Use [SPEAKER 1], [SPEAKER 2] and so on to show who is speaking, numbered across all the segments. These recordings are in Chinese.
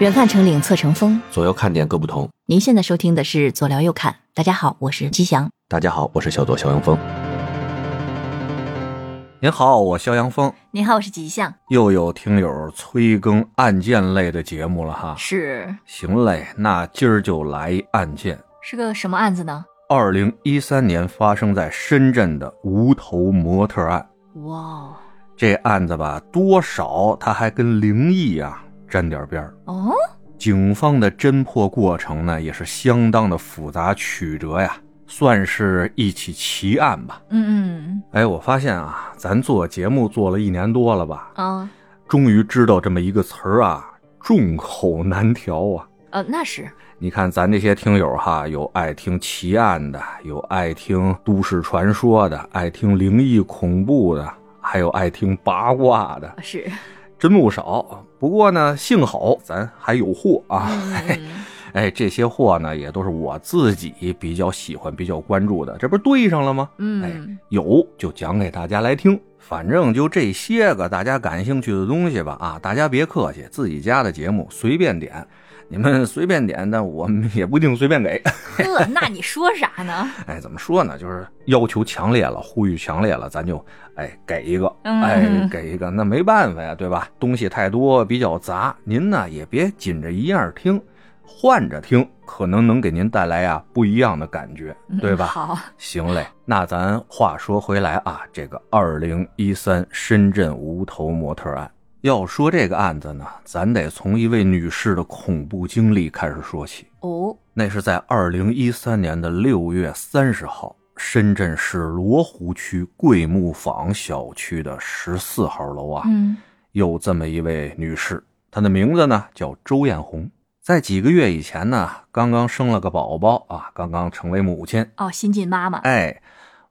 [SPEAKER 1] 远看成岭侧成峰，
[SPEAKER 2] 左右看点各不同。
[SPEAKER 1] 您现在收听的是左聊右看。大家好，我是吉祥。
[SPEAKER 2] 大家好，我是小左肖阳峰。
[SPEAKER 3] 您好，我肖阳峰。
[SPEAKER 1] 您好，我是吉祥。
[SPEAKER 3] 又有听友催更案件类的节目了哈。
[SPEAKER 1] 是
[SPEAKER 3] 行嘞，那今儿就来一案件。
[SPEAKER 1] 是个什么案子呢？
[SPEAKER 3] 二零一三年发生在深圳的无头模特案，
[SPEAKER 1] 哇哦
[SPEAKER 3] 这案子吧，多少它还跟灵异啊沾点边儿。
[SPEAKER 1] 哦，
[SPEAKER 3] 警方的侦破过程呢，也是相当的复杂曲折呀，算是一起奇案吧。
[SPEAKER 1] 嗯
[SPEAKER 3] 哎，我发现啊，咱做节目做了一年多了吧，
[SPEAKER 1] 嗯啊
[SPEAKER 3] 终于知道这么一个词儿啊，众口难调啊。
[SPEAKER 1] 呃，那是
[SPEAKER 3] 你看咱这些听友哈，有爱听奇案的，有爱听都市传说的，爱听灵异恐怖的，还有爱听八卦的，
[SPEAKER 1] 是
[SPEAKER 3] 真不少。不过呢，幸好咱还有货啊。
[SPEAKER 1] 嗯
[SPEAKER 3] 哎，这些货呢，也都是我自己比较喜欢、比较关注的，这不是对上了吗？
[SPEAKER 1] 嗯
[SPEAKER 3] 有就讲给大家来听，反正就这些个大家感兴趣的东西吧啊，大家别客气，自己家的节目随便点，你们随便点，但我们也不一定随便给。
[SPEAKER 1] 呵，那你说啥 呢？
[SPEAKER 3] 哎，怎么说呢？就是要求强烈了，呼吁强烈了，咱就哎给一个，
[SPEAKER 1] 嗯
[SPEAKER 3] 哎给一个，那没办法呀，对吧？东西太多，比较杂，您呢也别紧着一样听，换着听，可能能给您带来呀不一样的感觉，对吧？
[SPEAKER 1] 嗯好，
[SPEAKER 3] 行嘞，那咱话说回来啊，这个二零一三深圳无头模特案，要说这个案子呢，咱得从一位女士的恐怖经历开始说起。
[SPEAKER 1] 哦，
[SPEAKER 3] 那是在二零一三年的六月三十号，深圳市罗湖区桂木坊小区的十四号楼啊，
[SPEAKER 1] 嗯
[SPEAKER 3] 有这么一位女士，她的名字呢叫周艳红，在几个月以前呢，刚刚生了个宝宝啊，刚刚成为母亲。
[SPEAKER 1] 哦，新晋妈妈
[SPEAKER 3] 哎，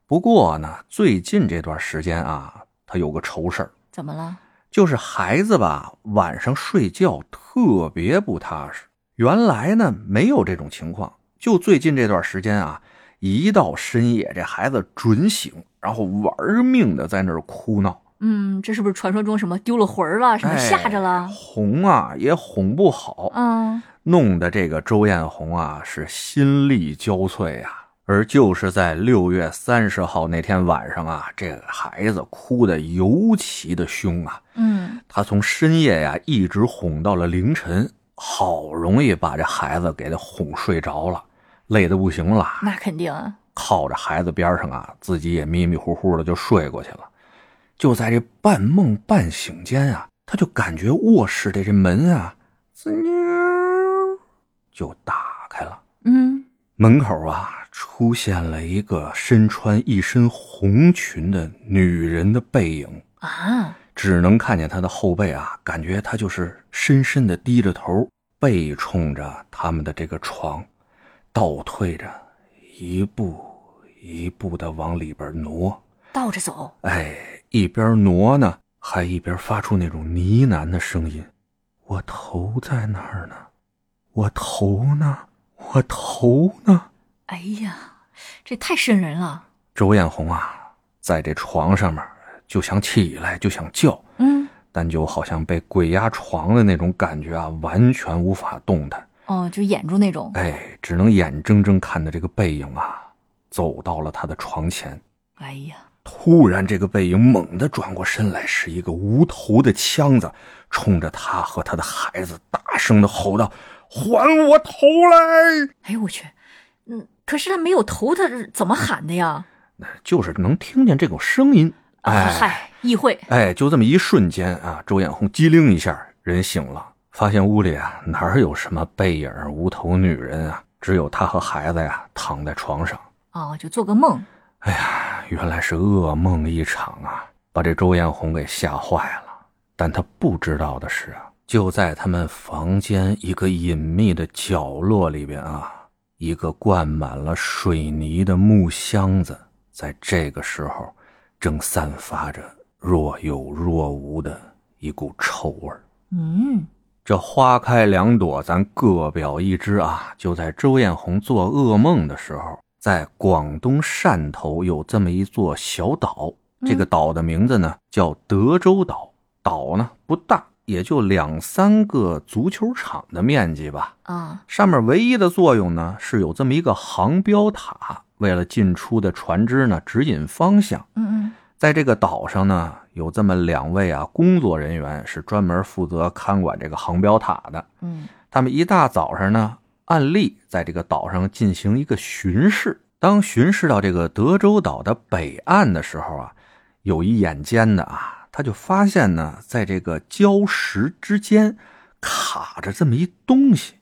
[SPEAKER 3] 不过呢，最近这段时间啊，他有个愁事儿，
[SPEAKER 1] 怎么了？
[SPEAKER 3] 就是孩子吧，晚上睡觉特别不踏实。原来呢，没有这种情况，就最近这段时间啊，一到深夜，这孩子准醒，然后玩命的在那儿哭闹，
[SPEAKER 1] 嗯，这是不是传说中什么丢了魂儿了，什么
[SPEAKER 3] 哎
[SPEAKER 1] 吓着了？
[SPEAKER 3] 哄啊也哄不好，
[SPEAKER 1] 嗯，
[SPEAKER 3] 弄得这个周艳红啊是心力交瘁啊。而就是在六月三十号那天晚上啊，这个孩子哭得尤其的凶啊，
[SPEAKER 1] 嗯，
[SPEAKER 3] 他从深夜呀、一直哄到了凌晨，好容易把这孩子给他哄睡着了，累得不行了，
[SPEAKER 1] 那肯定啊，
[SPEAKER 3] 靠着孩子边上啊，自己也迷迷糊糊的就睡过去了。就在这半梦半醒间啊，他就感觉卧室的这门啊，滋溜儿就打开了。
[SPEAKER 1] 嗯，
[SPEAKER 3] 门口啊，出现了一个身穿一身红裙的女人的背影，
[SPEAKER 1] 啊，
[SPEAKER 3] 只能看见她的后背啊，感觉她就是深深的低着头，背冲着他们的这个床，倒退着，一步一步的往里边挪。
[SPEAKER 1] 倒着走，
[SPEAKER 3] 哎，一边挪呢，还一边发出那种呢喃的声音：“我头在哪儿呢？我头呢？我头呢？”
[SPEAKER 1] 哎呀，这太瘆人了。
[SPEAKER 3] 周艳红啊，在这床上面就想起来，就想叫，
[SPEAKER 1] 嗯，
[SPEAKER 3] 但就好像被鬼压床的那种感觉啊，完全无法动弹。
[SPEAKER 1] 哦，就掩住那种。
[SPEAKER 3] 哎，只能眼睁睁看着这个背影啊，走到了他的床前。
[SPEAKER 1] 哎呀，
[SPEAKER 3] 突然，这个背影猛地转过身来，是一个无头的枪子，冲着他和他的孩子大声的吼道：“还我头来
[SPEAKER 1] 哎呦我去，嗯，可是他没有头，他是怎么喊的呀？！”
[SPEAKER 3] 就是能听见这种声音。
[SPEAKER 1] 啊
[SPEAKER 3] 哎，
[SPEAKER 1] 嗨，议会，
[SPEAKER 3] 哎，就这么一瞬间啊，周艳红机灵一下，人醒了，发现屋里啊哪儿有什么背影、无头女人啊，只有她和孩子呀、躺在床上。
[SPEAKER 1] 哦，就做个梦。
[SPEAKER 3] 哎原来是噩梦一场啊，把这周艳红给吓坏了。但她不知道的是啊，就在他们房间一个隐秘的角落里边啊，一个灌满了水泥的木箱子，在这个时候正散发着若有若无的一股臭味儿。
[SPEAKER 1] 嗯，
[SPEAKER 3] 这花开两朵，咱各表一枝啊！就在周艳红做噩梦的时候，在广东汕头有这么一座小岛，
[SPEAKER 1] 嗯
[SPEAKER 3] 这个岛的名字呢叫德州岛。岛呢不大，也就两三个足球场的面积吧。
[SPEAKER 1] 啊
[SPEAKER 3] 上面唯一的作用呢，是有这么一个航标塔，为了进出的船只呢指引方向。
[SPEAKER 1] 嗯嗯
[SPEAKER 3] 在这个岛上呢，有这么两位啊工作人员是专门负责看管这个航标塔的。
[SPEAKER 1] 嗯
[SPEAKER 3] 他们一大早上呢，按例在这个岛上进行一个巡视。当巡视到这个德州岛的北岸的时候啊，有一眼尖的啊，他就发现呢，在这个礁石之间卡着这么一东西。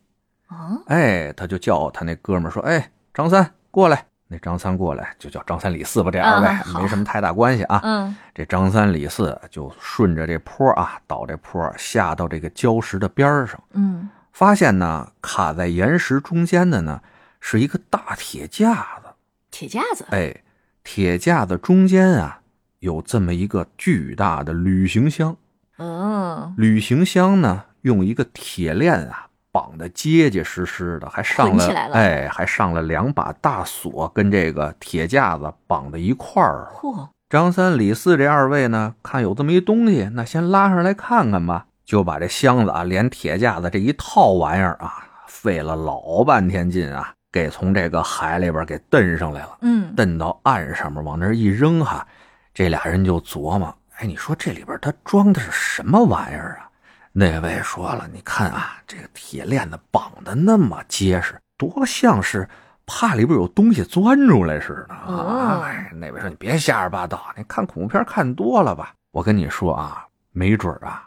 [SPEAKER 1] 啊
[SPEAKER 3] 哎，他就叫他那哥们儿说：“哎，张三过来。”那张三过来就叫张三李四吧，这二位、
[SPEAKER 1] 啊好
[SPEAKER 3] 没什么太大关系啊。
[SPEAKER 1] 嗯
[SPEAKER 3] 这张三李四就顺着这坡啊，倒这坡下到这个礁石的边儿上，
[SPEAKER 1] 嗯
[SPEAKER 3] 发现呢，卡在岩石中间的呢是一个大铁架子。
[SPEAKER 1] 铁架子
[SPEAKER 3] 哎，铁架子中间啊有这么一个巨大的旅行箱，
[SPEAKER 1] 嗯
[SPEAKER 3] 旅行箱呢用一个铁链啊绑得结结实实的，还上
[SPEAKER 1] 捆
[SPEAKER 3] 了
[SPEAKER 1] 起来了
[SPEAKER 3] 哎，还上了两把大锁，跟这个铁架子绑在一块儿了。
[SPEAKER 1] 嚯
[SPEAKER 3] 张三、李四这二位呢，看有这么一东西，那先拉上来看看吧。就把这箱子啊，连铁架子这一套玩意儿啊，费了老半天劲啊，给从这个海里边给蹬上来了。
[SPEAKER 1] 嗯
[SPEAKER 3] 蹬到岸上面，往那儿一扔哈，这俩人就琢磨：哎，你说这里边它装的是什么玩意儿啊？那位说了，你看啊，这个铁链子绑的那么结实，多像是怕里边有东西钻出来似的啊！
[SPEAKER 1] 哦
[SPEAKER 3] 哎，那位说你别瞎说八道，你看恐怖片看多了吧？我跟你说啊，没准儿啊，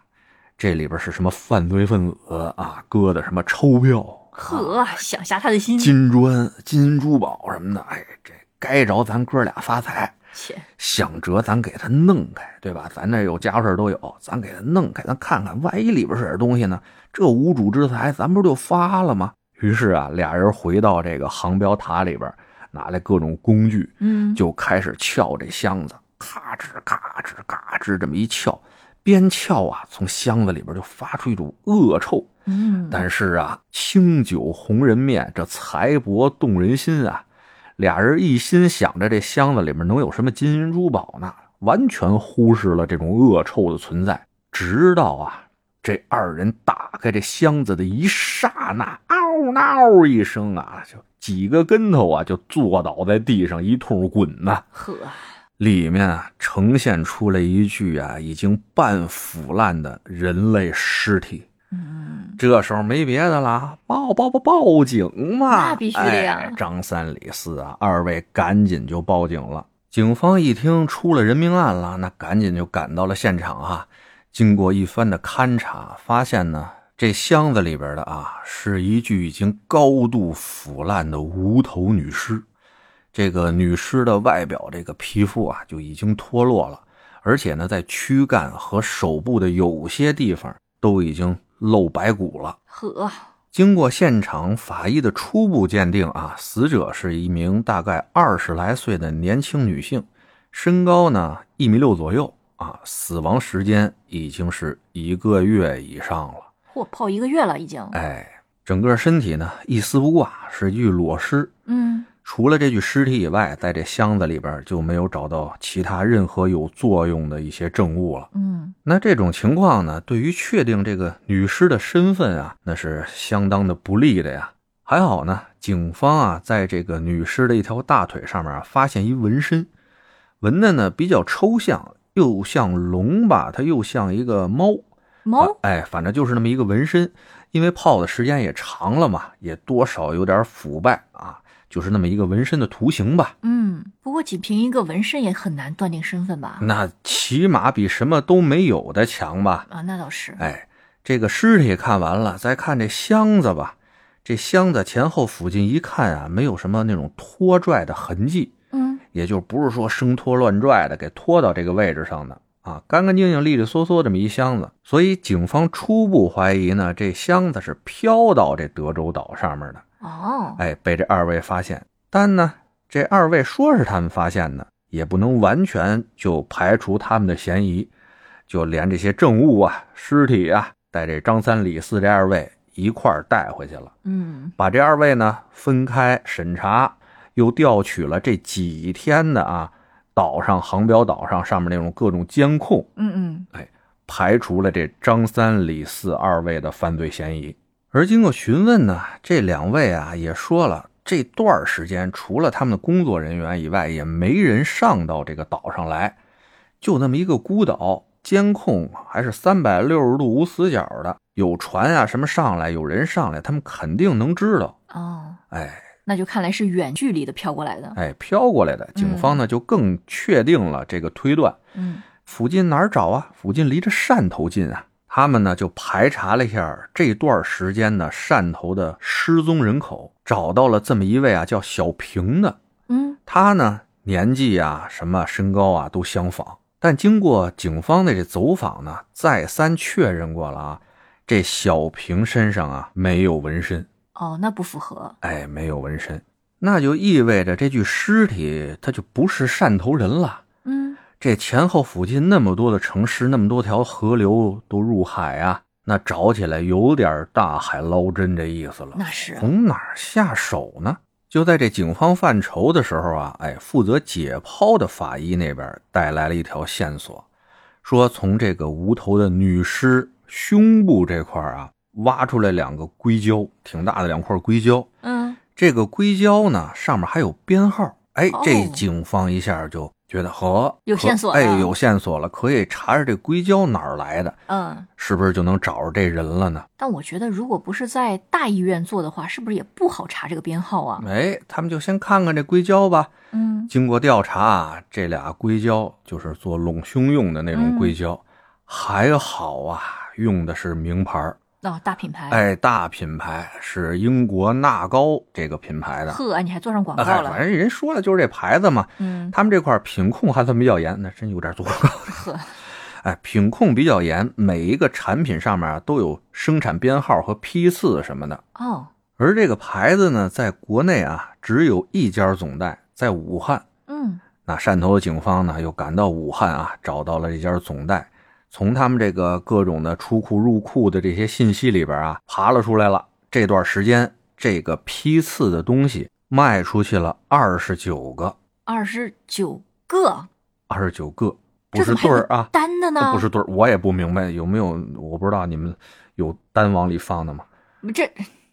[SPEAKER 3] 这里边是什么犯罪分子啊搁的什么钞票、啊
[SPEAKER 1] 呵想瞎他的心
[SPEAKER 3] 金砖、金银珠宝什么的，哎，这该着咱哥俩发财，
[SPEAKER 1] 切
[SPEAKER 3] 想辙咱给他弄开，对吧？咱这有家伙事儿都有，咱给他弄开，咱看看，万一里边是点东西呢？这无主之财，咱不是就发了吗？于是啊，俩人回到这个航标塔里边，拿来各种工具，
[SPEAKER 1] 嗯
[SPEAKER 3] 就开始撬这箱子，咔吱咔吱咔吱这么一撬，边撬啊，从箱子里边就发出一种恶臭。
[SPEAKER 1] 嗯
[SPEAKER 3] 但是啊，清酒红人面，这财帛动人心啊！俩人一心想着这箱子里面能有什么金银珠宝呢，完全忽视了这种恶臭的存在。直到啊，这二人打开这箱子的一刹那，嗷嗷一声啊，就几个跟头啊就坐倒在地上一通滚呐、
[SPEAKER 1] 呵
[SPEAKER 3] 里面啊呈现出了一具啊已经半腐烂的人类尸体。
[SPEAKER 1] 嗯
[SPEAKER 3] 这时候没别的啦，报报报报警嘛！
[SPEAKER 1] 那必须的呀
[SPEAKER 3] 哎张三李四啊，二位赶紧就报警了。警方一听出了人命案了，那赶紧就赶到了现场啊。经过一番的勘查，发现呢，这箱子里边的啊，是一具已经高度腐烂的无头女尸。这个女尸的外表，这个皮肤啊，就已经脱落了。而且呢，在躯干和手部的有些地方都已经露白骨了。
[SPEAKER 1] 呵啊
[SPEAKER 3] 经过现场法医的初步鉴定啊，死者是一名大概二十来岁的年轻女性，身高呢一米六左右啊，死亡时间已经是一个月以上了。
[SPEAKER 1] 嚯泡一个月了已经
[SPEAKER 3] 哎，整个身体呢一丝不挂，是一具裸尸。
[SPEAKER 1] 嗯
[SPEAKER 3] 除了这具尸体以外，在这箱子里边就没有找到其他任何有作用的一些证物了。
[SPEAKER 1] 嗯
[SPEAKER 3] 那这种情况呢，对于确定这个女尸的身份啊，那是相当的不利的呀。还好呢，警方啊，在这个女尸的一条大腿上面啊，发现一纹身，纹的呢比较抽象，又像龙吧，它又像一个猫。
[SPEAKER 1] 猫
[SPEAKER 3] 哎，反正就是那么一个纹身，因为泡的时间也长了嘛，也多少有点腐败啊，就是那么一个纹身的图形吧。
[SPEAKER 1] 嗯不过仅凭一个纹身也很难断定身份吧
[SPEAKER 3] 那起码比什么都没有的强吧。
[SPEAKER 1] 啊那倒是
[SPEAKER 3] 哎，这个尸体看完了，再看这箱子吧。这箱子前后附近一看啊，没有什么那种拖拽的痕迹，
[SPEAKER 1] 嗯
[SPEAKER 3] 也就不是说生拖乱拽的给拖到这个位置上的啊，干干净净、利利索索这么一箱子。所以警方初步怀疑呢，这箱子是飘到这德州岛上面的。
[SPEAKER 1] 哦
[SPEAKER 3] 哎，被这二位发现。但呢，这二位说是他们发现的，也不能完全就排除他们的嫌疑，就连这些证物啊、尸体啊，带这张三李四这二位一块儿带回去了。
[SPEAKER 1] 嗯
[SPEAKER 3] 把这二位呢分开审查，又调取了这几天的啊岛上航标岛上上面那种各种监控，
[SPEAKER 1] 嗯嗯
[SPEAKER 3] 哎，排除了这张三李四二位的犯罪嫌疑。而经过询问呢，这两位啊也说了，这段时间除了他们的工作人员以外，也没人上到这个岛上来，就那么一个孤岛，监控还是三百六十度无死角的，有船啊什么上来，有人上来，他们肯定能知道。
[SPEAKER 1] 哦，
[SPEAKER 3] 哎
[SPEAKER 1] 那就看来是远距离的飘过来的。
[SPEAKER 3] 哎，飘过来的，警方呢就更确定了这个推断。
[SPEAKER 1] 嗯
[SPEAKER 3] 附近哪儿找啊？附近离着汕头近啊。他们呢就排查了一下这段时间呢汕头的失踪人口，找到了这么一位啊叫小平的。
[SPEAKER 1] 嗯
[SPEAKER 3] 他呢年纪啊什么身高啊都相仿，但经过警方的这走访呢，再三确认过了啊，这小平身上啊没有纹身，
[SPEAKER 1] 哦，那不符合。
[SPEAKER 3] 哎，没有纹身，那就意味着这具尸体它就不是汕头人了。
[SPEAKER 1] 嗯
[SPEAKER 3] 这前后附近那么多的城市，那么多条河流都入海啊，那找起来有点大海捞针这意思了。
[SPEAKER 1] 那是
[SPEAKER 3] 从哪儿啊下手呢？就在这警方犯愁的时候啊，哎，负责解剖的法医那边带来了一条线索，说从这个无头的女尸胸部这块儿啊，挖出来两个硅胶，挺大的两块硅胶。
[SPEAKER 1] 嗯
[SPEAKER 3] 这个硅胶呢，上面还有编号。哎
[SPEAKER 1] 哦，
[SPEAKER 3] 这警方一下就觉得和
[SPEAKER 1] 有
[SPEAKER 3] 和
[SPEAKER 1] 线索了
[SPEAKER 3] 哎，有线索了，可以查查这硅胶哪儿来的，
[SPEAKER 1] 嗯，
[SPEAKER 3] 是不是就能找着这人了呢？
[SPEAKER 1] 但我觉得如果不是在大医院做的话，是不是也不好查这个编号啊？
[SPEAKER 3] 哎，他们就先看看这硅胶吧。
[SPEAKER 1] 嗯
[SPEAKER 3] 经过调查，这俩硅胶就是做隆胸用的那
[SPEAKER 1] 嗯
[SPEAKER 3] 种硅胶，还好啊，用的是名牌儿，
[SPEAKER 1] 哦，大品牌。
[SPEAKER 3] 哎，大品牌是英国纳高这个品牌的。
[SPEAKER 1] 呵，你还做上广告
[SPEAKER 3] 哎，
[SPEAKER 1] 了？
[SPEAKER 3] 反正人说了就是这牌子嘛，
[SPEAKER 1] 嗯，
[SPEAKER 3] 他们这块儿品控还算比较严，那真有点做广告。
[SPEAKER 1] 呵，
[SPEAKER 3] 哎，品控比较严，每一个产品上面啊都有生产编号和批次什么的。
[SPEAKER 1] 哦，
[SPEAKER 3] 而这个牌子呢，在国内啊只有一家总代，在武汉。
[SPEAKER 1] 嗯
[SPEAKER 3] 那汕头的警方呢，又赶到武汉啊，找到了这家总代，从他们这个各种的出库入库的这些信息里边啊，爬了出来了。这段时间，这个批次的东西卖出去了二十九个，
[SPEAKER 1] 二十九个，
[SPEAKER 3] 二十九个，
[SPEAKER 1] 这
[SPEAKER 3] 不
[SPEAKER 1] 怎
[SPEAKER 3] 是
[SPEAKER 1] 么还
[SPEAKER 3] 对
[SPEAKER 1] 有
[SPEAKER 3] 儿啊，
[SPEAKER 1] 单的呢？
[SPEAKER 3] 不是对儿，我也不明白有没有，我不知道你们有单往里放的吗？
[SPEAKER 1] 这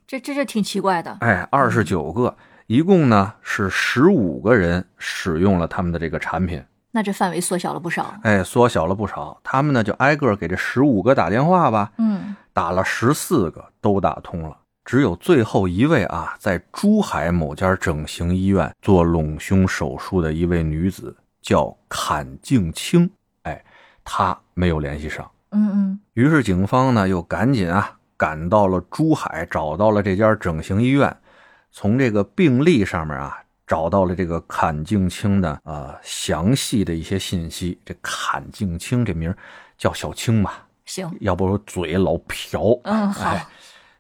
[SPEAKER 1] 这这这挺奇怪的。
[SPEAKER 3] 哎，二十九个，一共呢是十五个人使用了他们的这个产品，
[SPEAKER 1] 那这范围缩小了不少。
[SPEAKER 3] 哎，缩小了不少。他们呢就挨个给这十五个打电话吧，
[SPEAKER 1] 嗯，
[SPEAKER 3] 打了十四个都打通了，只有最后一位啊，在珠海某家整形医院做隆胸手术的一位女子叫阚静清，哎，她没有联系上。
[SPEAKER 1] 嗯
[SPEAKER 3] 于是警方呢又赶紧啊赶到了珠海，找到了这家整形医院，从这个病历上面啊找到了这个阚静清的呃详细的一些信息。这阚静清这名儿叫小青吧，
[SPEAKER 1] 嗯，行，
[SPEAKER 3] 要不我嘴老瓢。
[SPEAKER 1] 嗯好
[SPEAKER 3] 哎，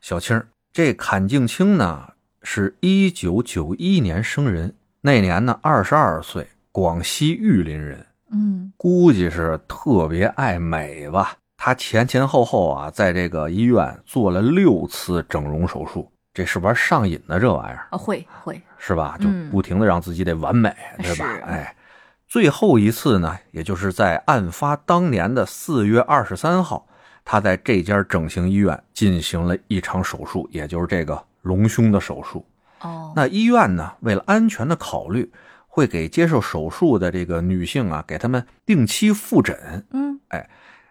[SPEAKER 3] 小青儿，这阚静清呢是一九九一年生人，那年呢二十二岁，广西玉林人。
[SPEAKER 1] 嗯
[SPEAKER 3] 估计是特别爱美吧。她前前后后啊，在这个医院做了六次整容手术，这是玩上瘾的这玩意儿
[SPEAKER 1] 啊会会，
[SPEAKER 3] 是吧？就
[SPEAKER 1] 嗯
[SPEAKER 3] 不停的让自己得完美，对吧
[SPEAKER 1] 是？
[SPEAKER 3] 哎，最后一次呢，也就是在案发当年的四月二十三号，她在这家整形医院进行了一场手术，也就是这个隆胸的手术。
[SPEAKER 1] 哦，
[SPEAKER 3] 那医院呢，为了安全的考虑，会给接受手术的这个女性啊，给她们定期复诊。
[SPEAKER 1] 嗯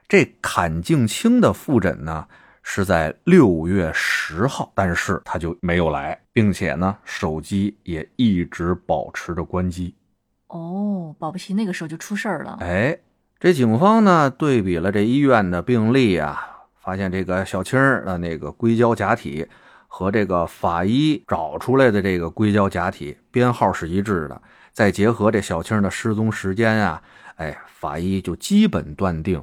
[SPEAKER 3] 这阚静清的复诊呢，是在六月十号，但是她就没有来，并且呢，手机也一直保持着关机。
[SPEAKER 1] 哦，保不齐那个时候就出事儿了。
[SPEAKER 3] 哎，这警方呢，对比了这医院的病历啊，发现这个小青儿的那个硅胶假体和这个法医找出来的这个硅胶假体编号是一致的，再结合这小青儿的失踪时间啊，哎，法医就基本断定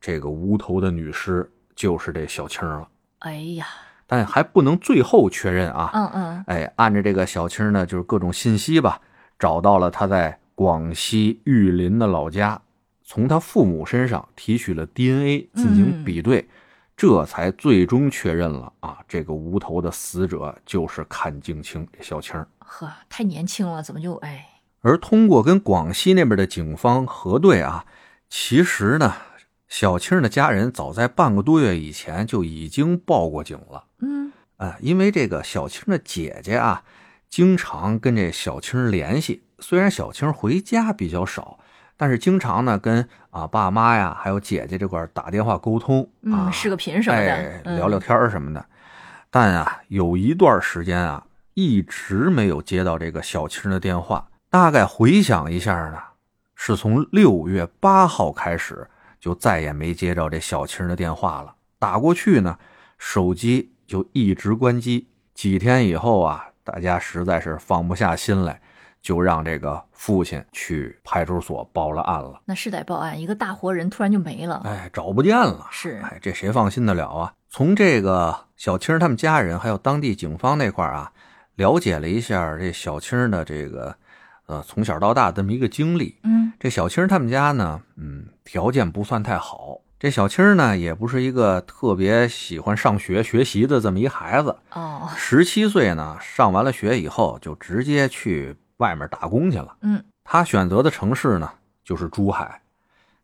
[SPEAKER 3] 这个无头的女尸就是这小青儿了，
[SPEAKER 1] 哎呀，
[SPEAKER 3] 但还不能最后确认啊。
[SPEAKER 1] 嗯嗯
[SPEAKER 3] 哎，按照这个小青儿呢，就是各种信息吧，找到了她在广西玉林的老家，从她父母身上提取了 DNA 进行比对，这才最终确认了啊，这个无头的死者就是阚静清这小青儿。
[SPEAKER 1] 呵，太年轻了，怎么就哎
[SPEAKER 3] 而通过跟广西那边的警方核对啊，其实呢，小青儿的家人早在半个多月以前就已经报过警了。
[SPEAKER 1] 嗯，
[SPEAKER 3] 啊，因为这个小青的姐姐啊，经常跟这小青联系。虽然小青回家比较少，但是经常呢跟啊爸妈呀，还有姐姐这块儿打电话沟通，啊，
[SPEAKER 1] 嗯，是个贫什么
[SPEAKER 3] 哎
[SPEAKER 1] 的，、嗯
[SPEAKER 3] 聊聊天儿什么的。但啊，有一段时间啊，一直没有接到这个小青的电话。大概回想一下呢，是从六月八号开始，就再也没接到这小青的电话了。打过去呢，手机就一直关机。几天以后啊，大家实在是放不下心来，就让这个父亲去派出所报了案了。
[SPEAKER 1] 那是得报案，一个大活人突然就没了，
[SPEAKER 3] 哎，找不见了。
[SPEAKER 1] 是，
[SPEAKER 3] 哎，这谁放心得了啊？从这个小青儿他们家人还有当地警方那块儿啊，了解了一下这小青儿的这个呃从小到大这么一个经历。
[SPEAKER 1] 嗯
[SPEAKER 3] 这小青儿他们家呢，嗯，条件不算太好。这小青儿呢，也不是一个特别喜欢上学学习的这么一孩子。
[SPEAKER 1] 哦，
[SPEAKER 3] 十七岁呢，上完了学以后就直接去外面打工去了。
[SPEAKER 1] 嗯
[SPEAKER 3] 他选择的城市呢，就是珠海。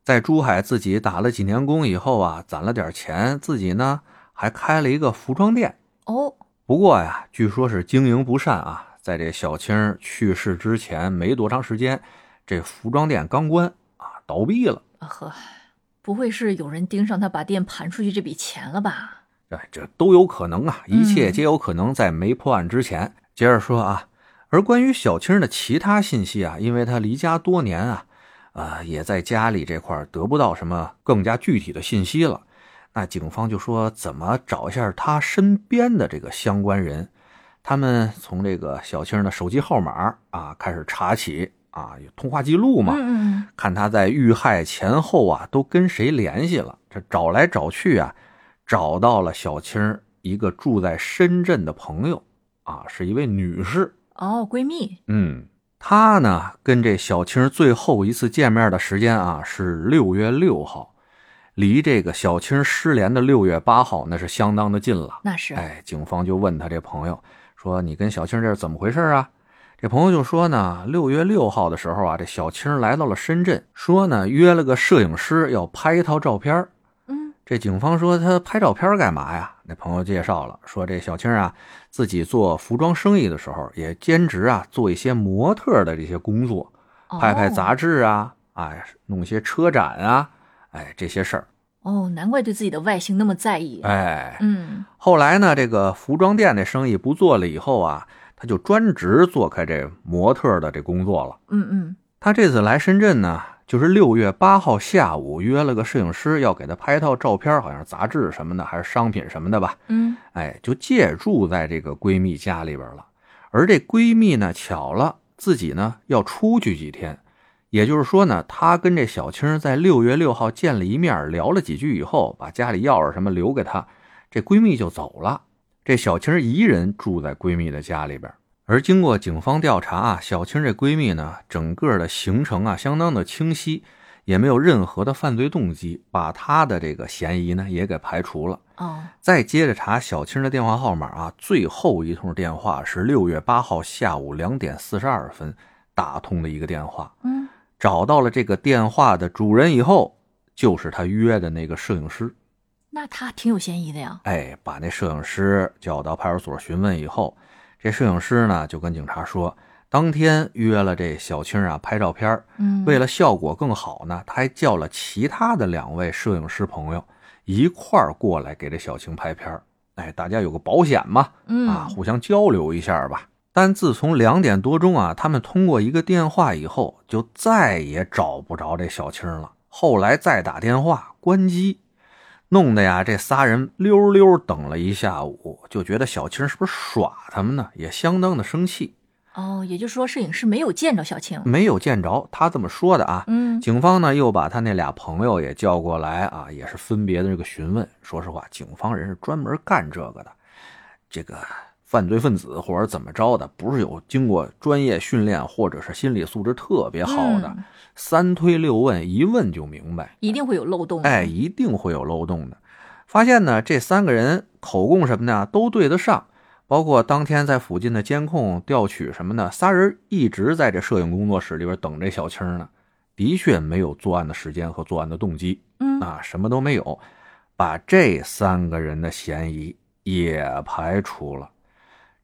[SPEAKER 3] 在珠海自己打了几年工以后啊，攒了点钱，自己呢还开了一个服装店。
[SPEAKER 1] 哦，
[SPEAKER 3] 不过呀，据说是经营不善啊，在这小青儿去世之前没多长时间，这服装店刚关啊，倒闭了。
[SPEAKER 1] 啊呵，不会是有人盯上他把店盘出去这笔钱了吧？
[SPEAKER 3] 哎，这都有可能啊，一切
[SPEAKER 1] 嗯
[SPEAKER 3] 皆有可能。在没破案之前，接着说啊。而关于小青的其他信息啊，因为她离家多年啊，啊、也在家里这块儿得不到什么更加具体的信息了。那警方就说怎么找一下她身边的这个相关人，他们从这个小青的手机号码啊开始查起啊，有通话记录嘛，
[SPEAKER 1] 嗯嗯
[SPEAKER 3] 看他在遇害前后啊都跟谁联系了，这找来找去啊，找到了小青儿一个住在深圳的朋友啊，是一位女士。
[SPEAKER 1] 哦，闺蜜，
[SPEAKER 3] 嗯，她呢跟这小青儿最后一次见面的时间啊是六月六号，离这个小青儿失联的六月八号那是相当的近了。
[SPEAKER 1] 那是，哦
[SPEAKER 3] 哎，警方就问他这朋友说：“你跟小青这是怎么回事啊？”这朋友就说呢，六月六号的时候啊，这小青来到了深圳，说呢约了个摄影师要拍一套照片儿。
[SPEAKER 1] 嗯
[SPEAKER 3] 这警方说他拍照片儿干嘛呀？那朋友介绍了，说这小青啊，自己做服装生意的时候，也兼职啊做一些模特儿的这些工作，
[SPEAKER 1] 哦
[SPEAKER 3] 拍拍杂志啊，哎，弄一些车展啊，哎这些事儿，
[SPEAKER 1] 哦，哦，难怪对自己的外形那么在意，
[SPEAKER 3] 哎，
[SPEAKER 1] 嗯
[SPEAKER 3] 后来呢，这个服装店这生意不做了以后啊，他就专职做开这模特儿的这工作了。
[SPEAKER 1] 嗯嗯，
[SPEAKER 3] 他这次来深圳呢，就是六月八号下午约了个摄影师，要给他拍一套照片，好像是杂志什么的，还是商品什么的吧。
[SPEAKER 1] 嗯，
[SPEAKER 3] 哎，就借住在这个闺蜜家里边了。而这闺蜜呢，巧了，自己呢要出去几天，也就是说呢，她跟这小青在六月六号见了一面，聊了几句以后，把家里钥匙什么留给她，这闺蜜就走了。这小青一人住在闺蜜的家里边。而经过警方调查啊，小青这闺蜜呢，整个的行程啊相当的清晰，也没有任何的犯罪动机，把她的这个嫌疑呢也给排除了。
[SPEAKER 1] 哦，
[SPEAKER 3] 再接着查小青的电话号码啊，最后一通电话是六月八号下午两点四十二分打通的一个电话。
[SPEAKER 1] 嗯，
[SPEAKER 3] 找到了这个电话的主人以后，就是他约的那个摄影师。
[SPEAKER 1] 那他挺有嫌疑的呀，
[SPEAKER 3] 哎，把那摄影师叫到派出所询问以后，这摄影师呢就跟警察说，当天约了这小青啊拍照片儿
[SPEAKER 1] 嗯，
[SPEAKER 3] 为了效果更好呢，他还叫了其他的两位摄影师朋友一块儿过来给这小青拍片儿。哎，大家有个保险嘛，
[SPEAKER 1] 嗯
[SPEAKER 3] 啊，互相交流一下吧。但自从两点多钟啊，他们通过一个电话以后，就再也找不着这小青了。后来再打电话关机，弄得呀，这仨人溜溜等了一下午，就觉得小青是不是耍他们呢？也相当的生气，
[SPEAKER 1] 哦，也就是说摄影师没有见着小青，
[SPEAKER 3] 没有见着他这么说的啊。
[SPEAKER 1] 嗯
[SPEAKER 3] 警方呢又把他那俩朋友也叫过来啊，也是分别的这个询问。说实话，警方人是专门干这个的，这个犯罪分子或者怎么着的，不是有经过专业训练或者是心理素质特别好的，
[SPEAKER 1] 嗯
[SPEAKER 3] 三推六问，一问就明白，
[SPEAKER 1] 一定会有漏洞的，
[SPEAKER 3] 哎，一定会有漏洞的。发现呢，这三个人口供什么的都对得上，包括当天在附近的监控调取什么的，仨人一直在这摄影工作室里边等这小青呢，的确没有作案的时间和作案的动机。
[SPEAKER 1] 嗯，
[SPEAKER 3] 啊，什么都没有，把这三个人的嫌疑也排除了。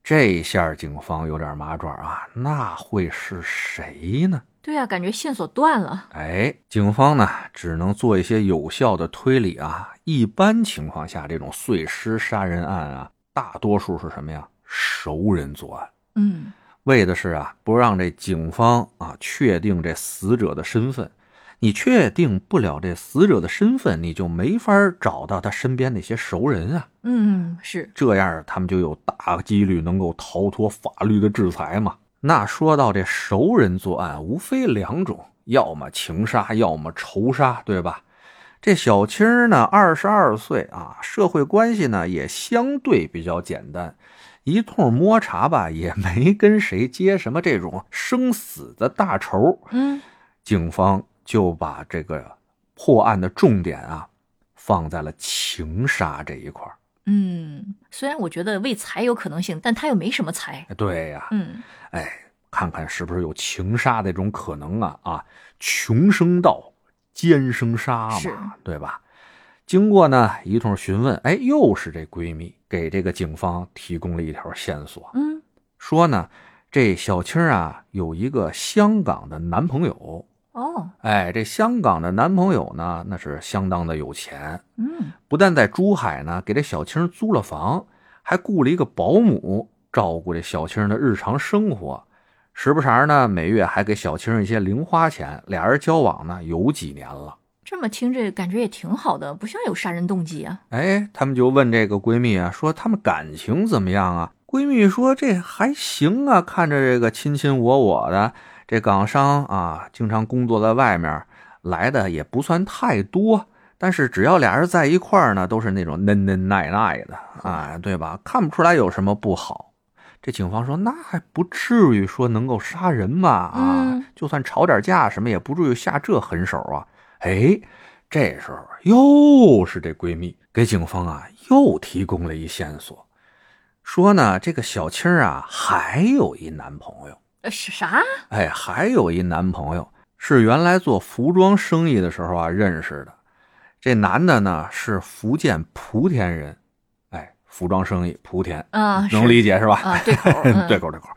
[SPEAKER 3] 这下警方有点麻爪啊，那会是谁呢？
[SPEAKER 1] 对呀、感觉线索断了。
[SPEAKER 3] 哎，警方呢只能做一些有效的推理啊。一般情况下，这种碎尸杀人案啊，大多数是什么呀？熟人作案，
[SPEAKER 1] 嗯，
[SPEAKER 3] 为的是啊，不让这警方啊确定这死者的身份。你确定不了这死者的身份，你就没法找到他身边那些熟人啊。
[SPEAKER 1] 嗯，是，
[SPEAKER 3] 这样他们就有大几率能够逃脱法律的制裁嘛。那说到这熟人作案，无非两种，要么情杀，要么仇杀，对吧？这小青儿呢，二十二岁啊，社会关系呢也相对比较简单，一通摸查吧，也没跟谁结什么这种生死的大仇。
[SPEAKER 1] 嗯
[SPEAKER 3] 警方就把这个破案的重点啊，放在了情杀这一块儿。
[SPEAKER 1] 嗯。虽然我觉得为财有可能性，但他又没什么财。
[SPEAKER 3] 对呀、
[SPEAKER 1] 嗯
[SPEAKER 3] 哎，看看是不是有情杀的这种可能啊啊！穷生盗，奸生杀
[SPEAKER 1] 是
[SPEAKER 3] 嘛，对吧？经过呢一通询问，哎，又是这闺蜜给这个警方提供了一条线索，
[SPEAKER 1] 嗯
[SPEAKER 3] 说呢，这小青儿啊有一个香港的男朋友，
[SPEAKER 1] 哦
[SPEAKER 3] 哎，这香港的男朋友呢那是相当的有钱，
[SPEAKER 1] 嗯
[SPEAKER 3] 不但在珠海呢给这小青儿租了房，还雇了一个保姆照顾这小青儿的日常生活，时不常呢每月还给小青儿一些零花钱。俩人交往呢有几年了，
[SPEAKER 1] 这么听着感觉也挺好的，不像有杀人动机啊。
[SPEAKER 3] 哎，他们就问这个闺蜜啊，说他们感情怎么样啊？闺蜜说这还行啊，看着这个亲亲我我的，这港商啊，经常工作在外面，来的也不算太多，但是只要俩人在一块儿呢，都是那种嫩嫩耐耐的啊，对吧？看不出来有什么不好。这警方说，那还不至于说能够杀人吧？啊，
[SPEAKER 1] 嗯
[SPEAKER 3] 就算吵点架什么，也不至于下这狠手啊。哎，这时候又是这闺蜜给警方啊又提供了一线索，说呢这个小青儿啊还有一男朋友，
[SPEAKER 1] 呃，是啥？
[SPEAKER 3] 哎，还有一男朋友是原来做服装生意的时候啊认识的，这男的呢是福建莆田人，哎，服装生意莆田
[SPEAKER 1] 啊，是
[SPEAKER 3] 能理解是吧？，
[SPEAKER 1] 啊，对口
[SPEAKER 3] 对
[SPEAKER 1] 口。
[SPEAKER 3] 口对口，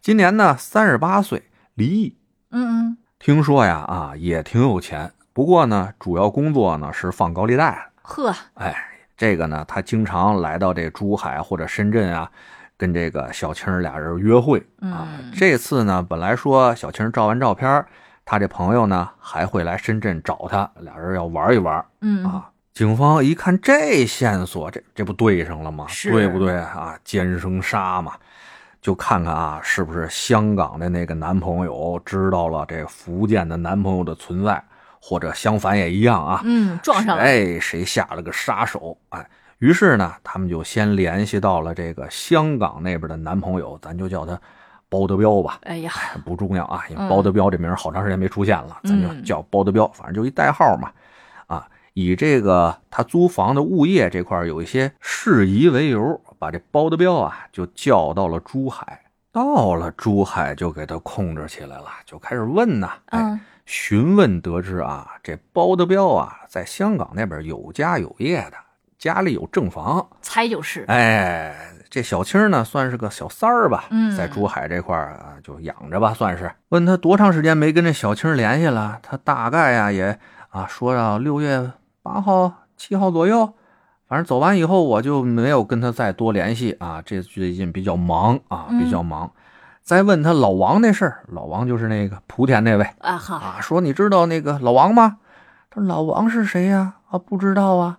[SPEAKER 3] 今年呢三十八岁，离异，
[SPEAKER 1] 嗯嗯，
[SPEAKER 3] 听说呀啊也挺有钱，不过呢主要工作呢是放高利贷。
[SPEAKER 1] 呵，
[SPEAKER 3] 哎，这个呢他经常来到这珠海或者深圳啊，跟这个小青儿俩人约会啊。
[SPEAKER 1] 嗯
[SPEAKER 3] 这次呢本来说小青儿照完照片儿，他这朋友呢还会来深圳找他，俩人要玩一玩
[SPEAKER 1] 嗯
[SPEAKER 3] 啊。警方一看这线索，这这不对上了吗？
[SPEAKER 1] 是
[SPEAKER 3] 对不对啊？奸生杀嘛，就看看啊，是不是香港的那个男朋友知道了这福建的男朋友的存在，或者相反也一样啊。
[SPEAKER 1] 嗯，撞上了。
[SPEAKER 3] 哎，谁下了个杀手？哎，于是呢，他们就先联系到了这个香港那边的男朋友，咱就叫他包德彪吧，
[SPEAKER 1] 哎呀，
[SPEAKER 3] 不重要啊，因为
[SPEAKER 1] 嗯
[SPEAKER 3] 包德彪这名儿好长时间没出现了，咱就
[SPEAKER 1] 嗯
[SPEAKER 3] 叫包德彪，反正就一代号嘛。啊，以这个他租房的物业这块儿有一些事宜为由，把这包德彪啊就叫到了珠海。到了珠海就给他控制起来了，就开始问呐、哎，
[SPEAKER 1] 嗯
[SPEAKER 3] 询问得知啊，这包德彪啊，在香港那边有家有业的，家里有正房。
[SPEAKER 1] 猜就是。
[SPEAKER 3] 哎，这小青儿呢，算是个小三儿吧，
[SPEAKER 1] 嗯
[SPEAKER 3] 在珠海这块儿啊，就养着吧，算是。问他多长时间没跟这小青儿联系了，他大概啊也啊说到六月八号、七号左右，反正走完以后我就没有跟他再多联系啊，这最近比较忙啊，
[SPEAKER 1] 嗯
[SPEAKER 3] 比较忙。再问他老王那事儿，老王就是那个莆田那位，
[SPEAKER 1] 啊哈，
[SPEAKER 3] 啊，说你知道那个老王吗？他说老王是谁呀、啊？不知道啊，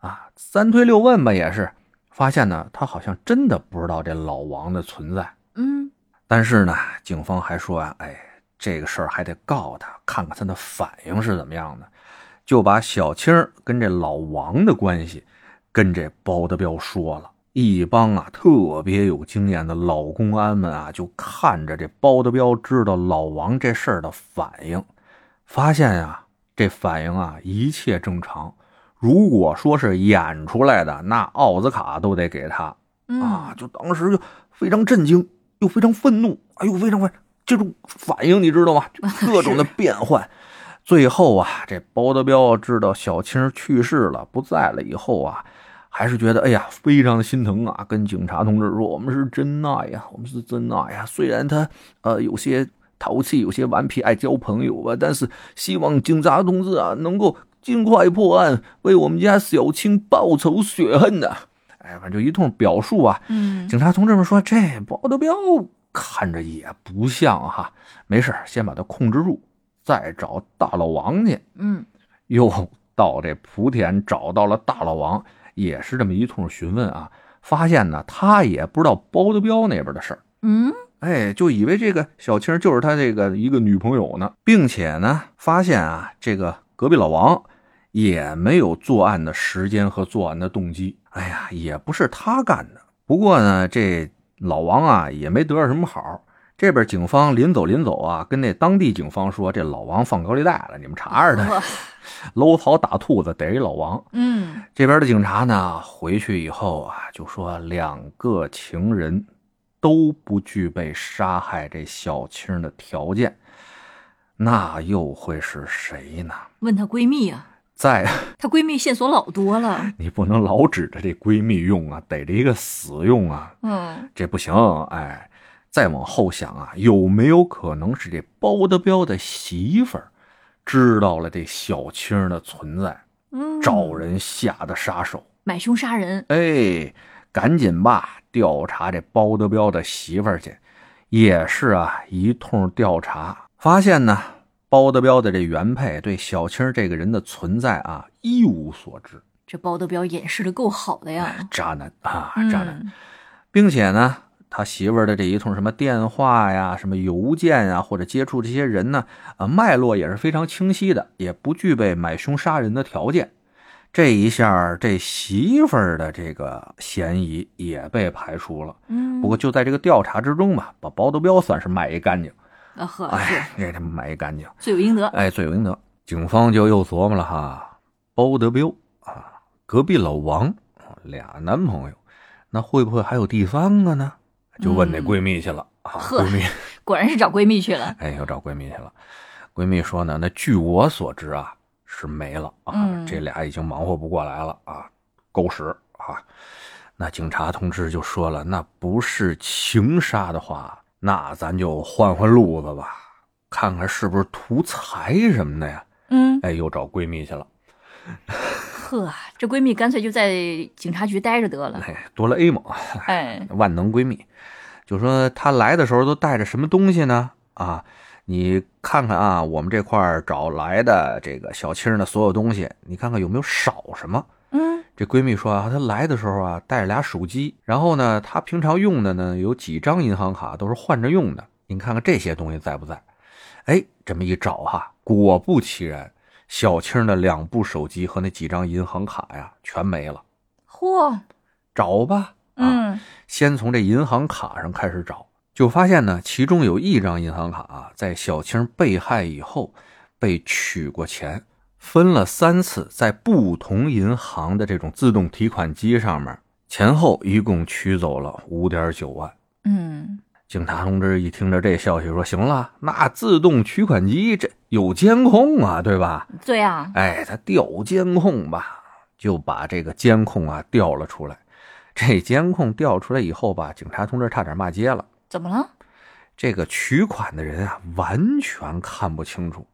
[SPEAKER 3] 啊，三推六问吧，也是发现呢，他好像真的不知道这老王的存在。
[SPEAKER 1] 嗯
[SPEAKER 3] 但是呢，警方还说啊，哎，这个事儿还得告他，看看他的反应是怎么样的，就把小青儿跟这老王的关系跟这包德彪说了。一帮啊特别有经验的老公安们啊，就看着这包德彪知道老王这事儿的反应，发现啊这反应啊一切正常。如果说是演出来的，那奥斯卡都得给他。啊
[SPEAKER 1] 嗯，，
[SPEAKER 3] 就当时就非常震惊，又非常愤怒，哎呦，非常愤，这种反应你知道吗？就各种的变换，最后啊，这包德彪知道小青去世了，不在了以后啊，还是觉得哎呀，非常的心疼啊，跟警察同志说，我们是真爱呀，我们是真爱呀。虽然他呃有些淘气，有些顽皮，爱交朋友吧，但是希望警察同志啊能够尽快破案，为我们家小青报仇雪恨呐、哎，反正就一通表述啊，
[SPEAKER 1] 嗯，
[SPEAKER 3] 警察同志们说：“这包德彪看着也不像哈，没事儿，先把他控制住，再找大老王去。
[SPEAKER 1] 嗯，”
[SPEAKER 3] 又到这莆田找到了大老王，也是这么一通询问啊，发现呢他也不知道包德彪那边的事儿，
[SPEAKER 1] 嗯，
[SPEAKER 3] 哎，就以为这个小青就是他这个一个女朋友呢，并且呢发现啊这个隔壁老王也没有作案的时间和作案的动机，哎呀，也不是他干的。不过呢，这老王啊也没得着什么好。这边警方临走临走啊，跟那当地警方说，这老王放高利贷了，你们查着他。
[SPEAKER 1] 哇
[SPEAKER 3] 搂草打兔子逮一老王。
[SPEAKER 1] 嗯，
[SPEAKER 3] 这边的警察呢，回去以后啊，就说两个情人都不具备杀害这小青的条件，那又会是谁呢？
[SPEAKER 1] 问她闺蜜啊，
[SPEAKER 3] 再，
[SPEAKER 1] 她闺蜜线索老多了
[SPEAKER 3] 你不能老指着这闺蜜用啊，逮着一个死用啊，
[SPEAKER 1] 嗯
[SPEAKER 3] 这不行。哎，再往后想啊，有没有可能是这包德彪的媳妇儿知道了这小青的存在，
[SPEAKER 1] 嗯，
[SPEAKER 3] 找人下的杀手？
[SPEAKER 1] 买凶杀人，
[SPEAKER 3] 哎，赶紧吧，调查这包德彪的媳妇儿去。也是啊，一通调查，发现呢，包德彪的这原配对小青儿这个人的存在啊一无所知。
[SPEAKER 1] 这包德彪掩饰的够好的呀，
[SPEAKER 3] 渣男啊，
[SPEAKER 1] 嗯
[SPEAKER 3] 渣男！并且呢，他媳妇儿的这一通什么电话呀、什么邮件呀，或者接触这些人呢，呃，脉络也是非常清晰的，也不具备买凶杀人的条件。这一下儿，这媳妇儿的这个嫌疑也被排除了。
[SPEAKER 1] 嗯，
[SPEAKER 3] 不过就在这个调查之中吧，把包德彪算是卖一干净。
[SPEAKER 1] 啊呵，
[SPEAKER 3] 哎，这他妈卖一干净。
[SPEAKER 1] 是罪有应得，
[SPEAKER 3] 哎，罪有应得。警方就又琢磨了哈，包德彪啊，隔壁老王啊俩男朋友，那会不会还有第三个呢？就问那
[SPEAKER 1] 嗯
[SPEAKER 3] 闺蜜去了、啊，
[SPEAKER 1] 呵
[SPEAKER 3] 闺蜜，
[SPEAKER 1] 果然是找闺蜜去 了，
[SPEAKER 3] 哎，又找闺蜜去了。闺蜜说呢，那据我所知啊，是没了啊，
[SPEAKER 1] 嗯
[SPEAKER 3] 这俩已经忙活不过来了啊，狗屎啊！那警察同志就说了，那不是情杀的话，那咱就换换路子吧，看看是不是图财什么的呀。
[SPEAKER 1] 嗯，
[SPEAKER 3] 哎，又找闺蜜去了，
[SPEAKER 1] 呵，这闺蜜干脆就在警察局待着得了，
[SPEAKER 3] 哎，哆啦 A 梦，
[SPEAKER 1] 哎，
[SPEAKER 3] 万能闺蜜，就说她来的时候都带着什么东西呢？啊，你看看啊，我们这块儿找来的这个小青儿的所有东西，你看看有没有少什么？
[SPEAKER 1] 嗯
[SPEAKER 3] 这闺蜜说啊，她来的时候啊，带着俩手机，然后呢，她平常用的呢有几张银行卡都是换着用的，您看看这些东西在不在？哎，这么一找哈，果不其然，小青的两部手机和那几张银行卡呀全没了。
[SPEAKER 1] 嚯，
[SPEAKER 3] 啊找吧，啊，
[SPEAKER 1] 嗯
[SPEAKER 3] 先从这银行卡上开始找，就发现呢，其中有一张银行卡啊，在小青被害以后被取过钱，分了三次，在不同银行的这种自动提款机上面，前后一共取走了五点九万。
[SPEAKER 1] 嗯，
[SPEAKER 3] 警察同志一听着这消息，说：“行了，那自动取款机这有监控啊，对吧？
[SPEAKER 1] 对啊，
[SPEAKER 3] 哎，他调监控吧，就把这个监控啊调了出来。这监控调出来以后吧，警察同志差点骂街了。
[SPEAKER 1] 怎么了？
[SPEAKER 3] 这个取款的人啊，完全看不清楚，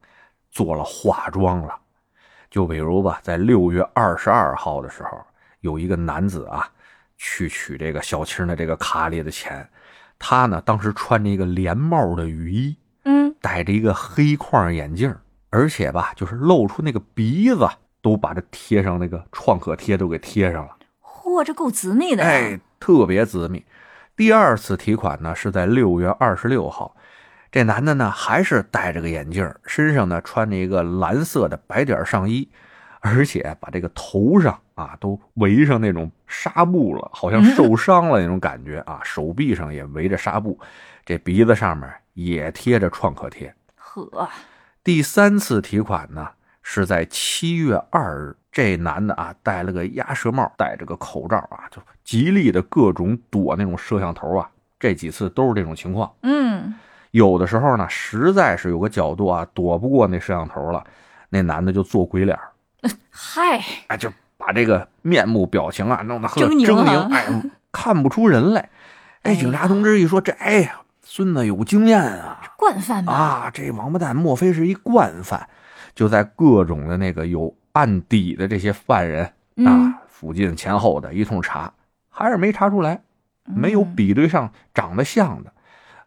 [SPEAKER 3] 做了化妆了。就比如吧，在六月二十二号的时候，有一个男子啊，去取这个小青的这个卡里的钱。他呢，当时穿着一个连帽的雨衣，
[SPEAKER 1] 嗯，
[SPEAKER 3] 戴着一个黑框眼镜，而且吧，就是露出那个鼻子，都把这贴上那个创可贴都给贴上了，
[SPEAKER 1] 嚯，这够直腻的呀，
[SPEAKER 3] 哎，特别缜密。第二次提款呢是在六月二十六号，这男的呢还是戴着个眼镜，身上呢穿着一个蓝色的白点上衣，而且把这个头上啊都围上那种纱布了，好像受伤了那种感觉啊，手臂上也围着纱布，这鼻子上面也贴着创可贴。
[SPEAKER 1] 呵，
[SPEAKER 3] 第三次提款呢是在七月二日，这男的啊戴了个鸭舌帽，戴着个口罩啊，就极力的各种躲那种摄像头啊。这几次都是这种情况。
[SPEAKER 1] 嗯
[SPEAKER 3] 有的时候呢，实在是有个角度啊，躲不过那摄像头了，那男的就做鬼脸儿，
[SPEAKER 1] 嗨，
[SPEAKER 3] 哎，就把这个面目表情啊弄得很
[SPEAKER 1] 狰狞
[SPEAKER 3] 狰
[SPEAKER 1] 啊
[SPEAKER 3] 狞，哎，看不出人来。哎，
[SPEAKER 1] 哎
[SPEAKER 3] 警察同志一说，这哎呀，孙子有经验啊，
[SPEAKER 1] 惯犯吧？
[SPEAKER 3] 啊，这王八蛋莫非是一惯犯？就在各种的那个有案底的这些犯人
[SPEAKER 1] 嗯
[SPEAKER 3] 啊，附近前后的一通查，还是没查出来，没有
[SPEAKER 1] 嗯
[SPEAKER 3] 比对上长得像的。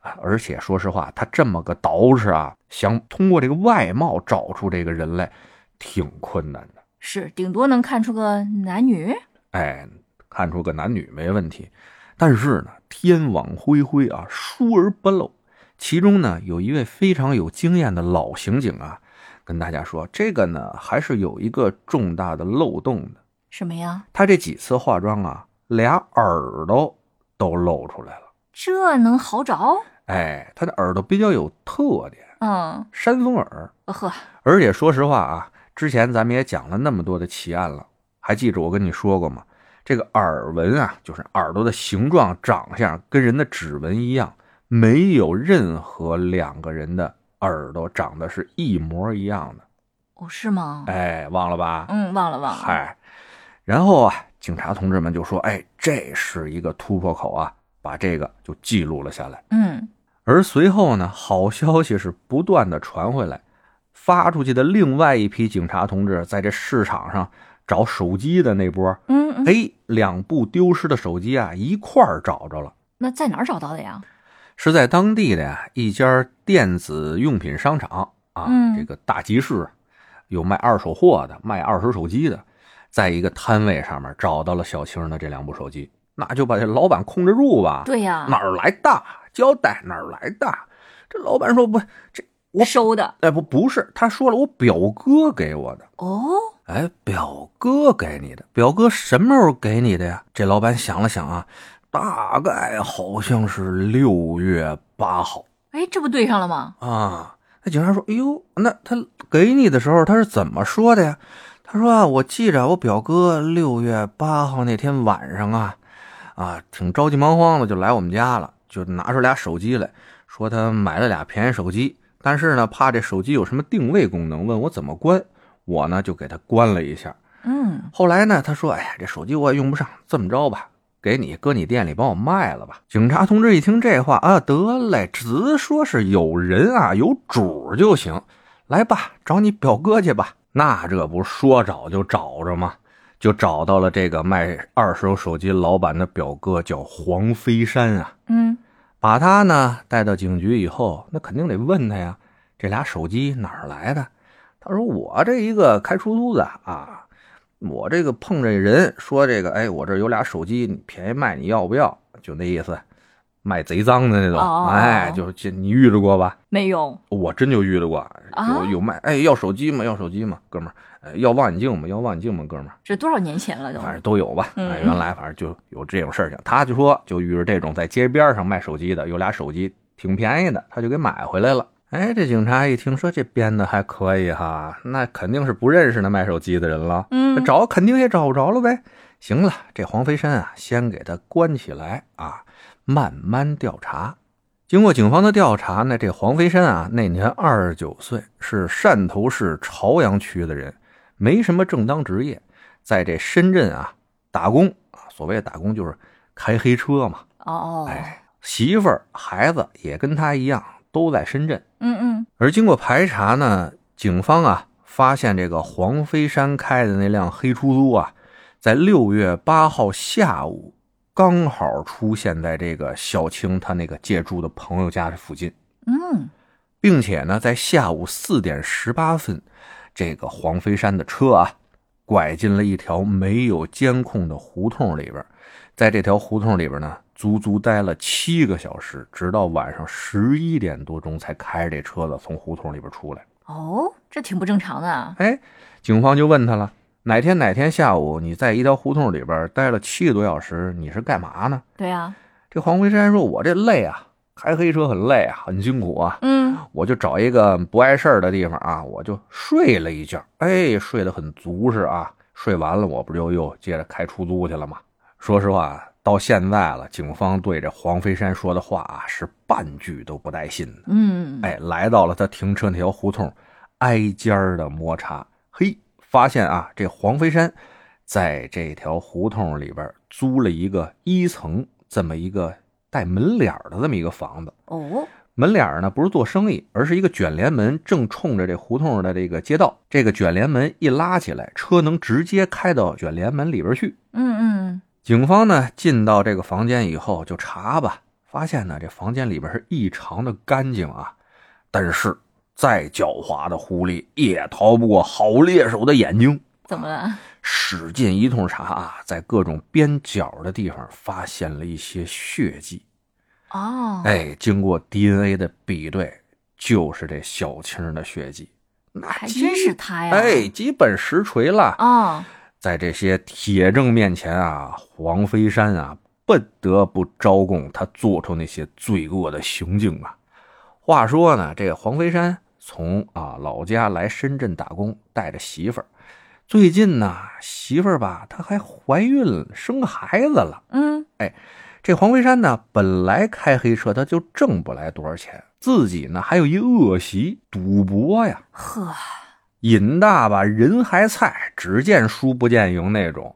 [SPEAKER 3] 啊而且说实话，他这么个捯饬啊，想通过这个外貌找出这个人来，挺困难的。
[SPEAKER 1] 是顶多能看出个男女。
[SPEAKER 3] 哎，看出个男女没问题，但是呢，天网恢恢啊，疏而不漏。其中呢，有一位非常有经验的老刑警啊，跟大家说，这个呢还是有一个重大的漏洞的。
[SPEAKER 1] 什么呀？
[SPEAKER 3] 他这几次化妆啊，俩耳朵都露出来了。
[SPEAKER 1] 这能好找？
[SPEAKER 3] 哎，他的耳朵比较有特点，
[SPEAKER 1] 嗯，
[SPEAKER 3] 山峰耳。
[SPEAKER 1] 呃呵，
[SPEAKER 3] 而且说实话啊，之前咱们也讲了那么多的奇案了，还记着我跟你说过吗？这个耳纹啊，就是耳朵的形状、长相跟人的指纹一样，没有任何两个人的耳朵长得是一模一样的。
[SPEAKER 1] 哦，是吗？
[SPEAKER 3] 哎，忘了吧？
[SPEAKER 1] 嗯，忘了忘了。
[SPEAKER 3] 嗨，然后啊，警察同志们就说：“哎，这是一个突破口啊，把这个就记录了下来。
[SPEAKER 1] 嗯，”
[SPEAKER 3] 而随后呢，好消息是不断的传回来，发出去的另外一批警察同志在这市场上找手机的那波，
[SPEAKER 1] 嗯嗯，
[SPEAKER 3] 哎，两部丢失的手机啊一块儿找着了，
[SPEAKER 1] 那在哪儿找到的呀？
[SPEAKER 3] 是在当地的呀一家电子用品商场啊，
[SPEAKER 1] 嗯
[SPEAKER 3] 这个大集市有卖二手货的，卖二手手机的，在一个摊位上面找到了小青的这两部手机，那就把这老板控制住吧。
[SPEAKER 1] 对啊呀，
[SPEAKER 3] 哪儿来的？交代哪儿来的？这老板说不，这我
[SPEAKER 1] 收的？
[SPEAKER 3] 哎不不是，他说了，我表哥给我的。
[SPEAKER 1] 哦，
[SPEAKER 3] 哎，表哥给你的，表哥什么时候给你的呀？这老板想了想啊，大概好像是六月八号
[SPEAKER 1] 哎，这不对上了吗？
[SPEAKER 3] 啊。那警察说：“哎呦，那他给你的时候他是怎么说的呀？”他说：“啊，我记着我表哥六月八号那天晚上啊，啊，挺着急忙慌的就来我们家了，就拿出俩手机来说他买了俩便宜手机，但是呢，怕这手机有什么定位功能，问我怎么关，我呢就给他关了一下。
[SPEAKER 1] 嗯，
[SPEAKER 3] 后来呢，他说：“哎呀，这手机我也用不上，这么着吧，给你搁你店里帮我卖了吧。”警察同志一听这话啊，得嘞，只说是有人啊，有主儿就行，来吧，找你表哥去吧。那这不说找就找着吗？就找到了这个卖二手手机老板的表哥，叫黄飞山啊。
[SPEAKER 1] 嗯，
[SPEAKER 3] 把他呢带到警局以后，那肯定得问他呀，这俩手机哪儿来的？他说我这一个开出租的啊，我这个碰这人说这个，哎，我这有俩手机，你便宜卖，你要不要？就那意思，卖贼脏的那种，
[SPEAKER 1] 哦
[SPEAKER 3] 哎，就就你遇着过吧？
[SPEAKER 1] 没有。
[SPEAKER 3] 我真就遇着过，
[SPEAKER 1] 啊
[SPEAKER 3] 有有卖，哎，要手机吗？要手机吗，哥们儿？哎，要望远镜吗？要望远镜吗，哥们儿？
[SPEAKER 1] 这多少年前了都？
[SPEAKER 3] 反正都有吧。
[SPEAKER 1] 嗯
[SPEAKER 3] 哎，原来反正就有这种事情。他就说，就遇着这种在街边上卖手机的，有俩手机挺便宜的，他就给买回来了。哎，这警察一听说这编的还可以哈，那肯定是不认识那卖手机的人了，
[SPEAKER 1] 嗯
[SPEAKER 3] 找肯定也找不着了呗。行了，这黄飞山啊，先给他关起来啊，慢慢调查。经过警方的调查呢，这黄飞山啊，那年二十九岁，是汕头市朝阳区的人，没什么正当职业，在这深圳啊打工啊，所谓的打工就是开黑车嘛。
[SPEAKER 1] 哦，
[SPEAKER 3] 哎，媳妇儿、孩子也跟他一样，都在深圳。
[SPEAKER 1] 嗯嗯，
[SPEAKER 3] 而经过排查呢，警方啊发现这个黄飞山开的那辆黑出租啊，在六月八号下午刚好出现在这个小青她那个借住的朋友家的附近，
[SPEAKER 1] 嗯，
[SPEAKER 3] 并且呢，在下午四点十八分，这个黄飞山的车啊拐进了一条没有监控的胡同里边，在这条胡同里边呢。足足待了七个小时，直到晚上十一点多钟才开着这车子从胡同里边出来。
[SPEAKER 1] 哦，这挺不正常的啊。
[SPEAKER 3] 哎，警方就问他了，哪天哪天下午你在一条胡同里边待了七个多小时，你是干嘛呢？
[SPEAKER 1] 对啊，
[SPEAKER 3] 这黄辉山说：“我这累啊，开黑车很累啊，很辛苦啊，
[SPEAKER 1] 嗯，
[SPEAKER 3] 我就找一个不碍事儿的地方啊，我就睡了一觉，哎，睡得很足实啊。睡完了，我不就又接着开出租去了吗？说实话，到现在了，警方对这黄飞山说的话啊是半句都不带信的。
[SPEAKER 1] 嗯，
[SPEAKER 3] 哎，来到了他停车那条胡同，挨尖儿的摸查，嘿，发现啊，这黄飞山在这条胡同里边租了一个一层这么一个带门脸儿的这么一个房子。
[SPEAKER 1] 哦，
[SPEAKER 3] 门脸儿呢不是做生意，而是一个卷帘门，正冲着这胡同的这个街道。这个卷帘门一拉起来，车能直接开到卷帘门里边去。
[SPEAKER 1] 嗯嗯，
[SPEAKER 3] 警方呢进到这个房间以后就查吧，发现呢这房间里边是异常的干净啊，但是再狡猾的狐狸也逃不过好猎手的眼睛，
[SPEAKER 1] 怎么了？
[SPEAKER 3] 使劲一通查啊，在各种边角的地方发现了一些血迹，
[SPEAKER 1] 哦，
[SPEAKER 3] 哎，经过 DNA 的比对，就是这小青的血迹，那
[SPEAKER 1] 还
[SPEAKER 3] 基
[SPEAKER 1] 真是他呀。
[SPEAKER 3] 哎，，基本实锤了
[SPEAKER 1] 哦，
[SPEAKER 3] 在这些铁证面前啊，黄飞山啊不得不招供他做出那些罪恶的行径啊。话说呢，这个黄飞山从啊老家来深圳打工，带着媳妇儿。最近呢，媳妇儿吧，她还怀孕了，生孩子了。
[SPEAKER 1] 嗯，
[SPEAKER 3] 这黄飞山呢，本来开黑车他就挣不来多少钱，自己呢还有一恶习，赌博呀。
[SPEAKER 1] 呵，
[SPEAKER 3] 瘾大吧，人还菜，只见输不见赢那种，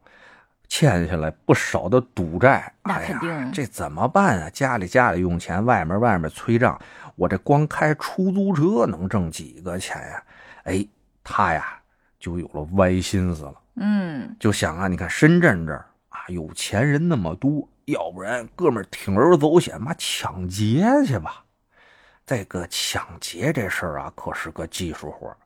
[SPEAKER 3] 欠下来不少的赌债。
[SPEAKER 1] 那
[SPEAKER 3] 哎呀
[SPEAKER 1] 肯定
[SPEAKER 3] 这怎么办啊？家里家里用钱，外面外面催账，我这光开出租车能挣几个钱呀、哎，他呀就有了歪心思了，
[SPEAKER 1] 嗯，
[SPEAKER 3] 就想啊，你看深圳这儿啊，有钱人那么多，要不然哥们儿铤而走险，妈抢劫去吧。这个抢劫这事儿啊，可是个技术活儿，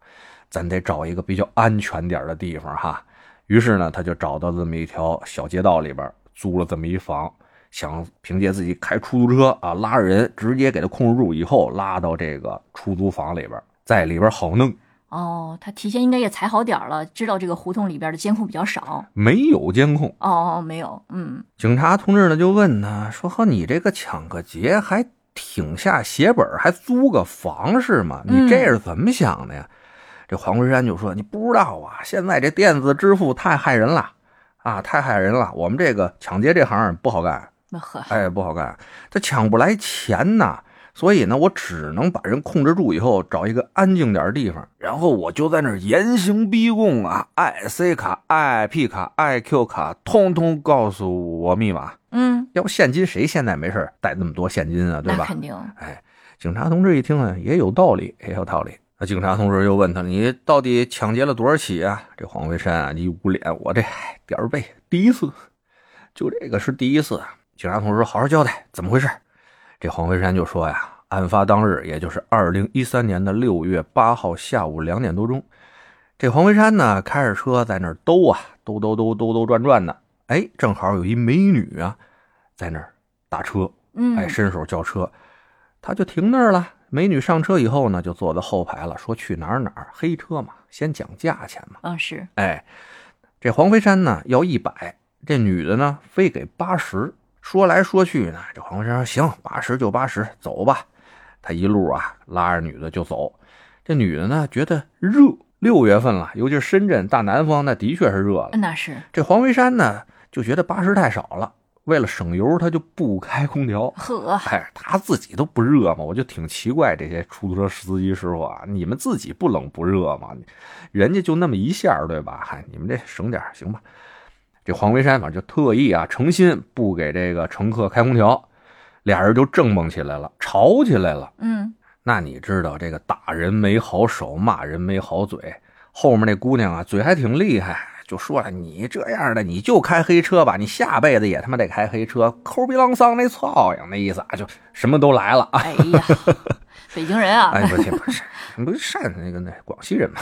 [SPEAKER 3] 咱得找一个比较安全点儿的地方哈。于是呢，他就找到这么一条小街道里边儿租了这么一房，想凭借自己开出租车啊拉人，直接给他控制住以后拉到这个出租房里边儿，在里边儿好弄。
[SPEAKER 1] 哦，他提前应该也踩好点儿了，知道这个胡同里边的监控比较少。
[SPEAKER 3] 没有监控，
[SPEAKER 1] 哦哦，没有，嗯，
[SPEAKER 3] 警察同志呢就问他说：“呵，你这个抢个劫还挺下血本儿，还租个房是吗？
[SPEAKER 1] 嗯
[SPEAKER 3] 你这是怎么想的呀？”这黄桂山就说：“你不知道啊，现在这电子支付太害人了啊，太害人了。我们这个抢劫这行不好干，
[SPEAKER 1] 那呵，
[SPEAKER 3] 哎，不好干，他抢不来钱呐。所以呢，我只能把人控制住以后，找一个安静点儿的地方，然后我就在那儿严刑逼供啊，IC 卡、IP 卡、IQ 卡，通通告诉我密码。
[SPEAKER 1] 嗯，
[SPEAKER 3] 要不现金谁现在没事儿带那么多现金啊，对
[SPEAKER 1] 那
[SPEAKER 3] 吧？
[SPEAKER 1] 肯定，
[SPEAKER 3] 哎，警察同志一听啊，也有道理，也有道理。那警察同志又问他：“你到底抢劫了多少起啊？”这黄飞山啊，一捂脸：“我这点儿背，第一次，就这个是第一次啊。”警察同志说：“好好交代，怎么回事？”这黄飞山就说呀：“案发当日，也就是二零一三年的六月八号下午两点多钟，这黄飞山呢开着车在那儿兜啊，兜兜兜兜兜转转呢。哎，正好有一美女啊，在那儿打车，
[SPEAKER 1] 嗯，
[SPEAKER 3] 哎，伸手叫车，他就停那儿了。美女上车以后呢，就坐在后排了，说去哪儿哪儿，黑车嘛，先讲价钱嘛。
[SPEAKER 1] 嗯是，
[SPEAKER 3] 哎，这黄飞山呢要一百，这女的呢非给八十。说来说去呢，这黄飞山说行，八十就八十，走吧。他一路啊拉着女的就走。这女的呢觉得热，六月份了，尤其是深圳大南方，那的确是热了。
[SPEAKER 1] 那是，
[SPEAKER 3] 这黄飞山呢就觉得八十太少了，为了省油，他就不开空调。
[SPEAKER 1] 呵，
[SPEAKER 3] 哎，他自己都不热吗？我就挺奇怪这些出租车司机师傅啊，你们自己不冷不热吗？人家就那么一下儿，对吧？嗨、你们这省点儿行吧？这黄维山反正就特意啊，诚心不给这个乘客开空调，俩人就正蒙起来了，吵起来了。
[SPEAKER 1] 嗯，
[SPEAKER 3] 那你知道这个打人没好手，骂人没好嘴。后面那姑娘啊，嘴还挺厉害，就说了：“你这样的，你就开黑车吧，你下辈子也他妈得开黑车，抠鼻啷桑那操样那意思啊，就什么都来了啊！
[SPEAKER 1] 哎呀，北京人啊，
[SPEAKER 3] 哎，不是不是，不是善那个那广西人嘛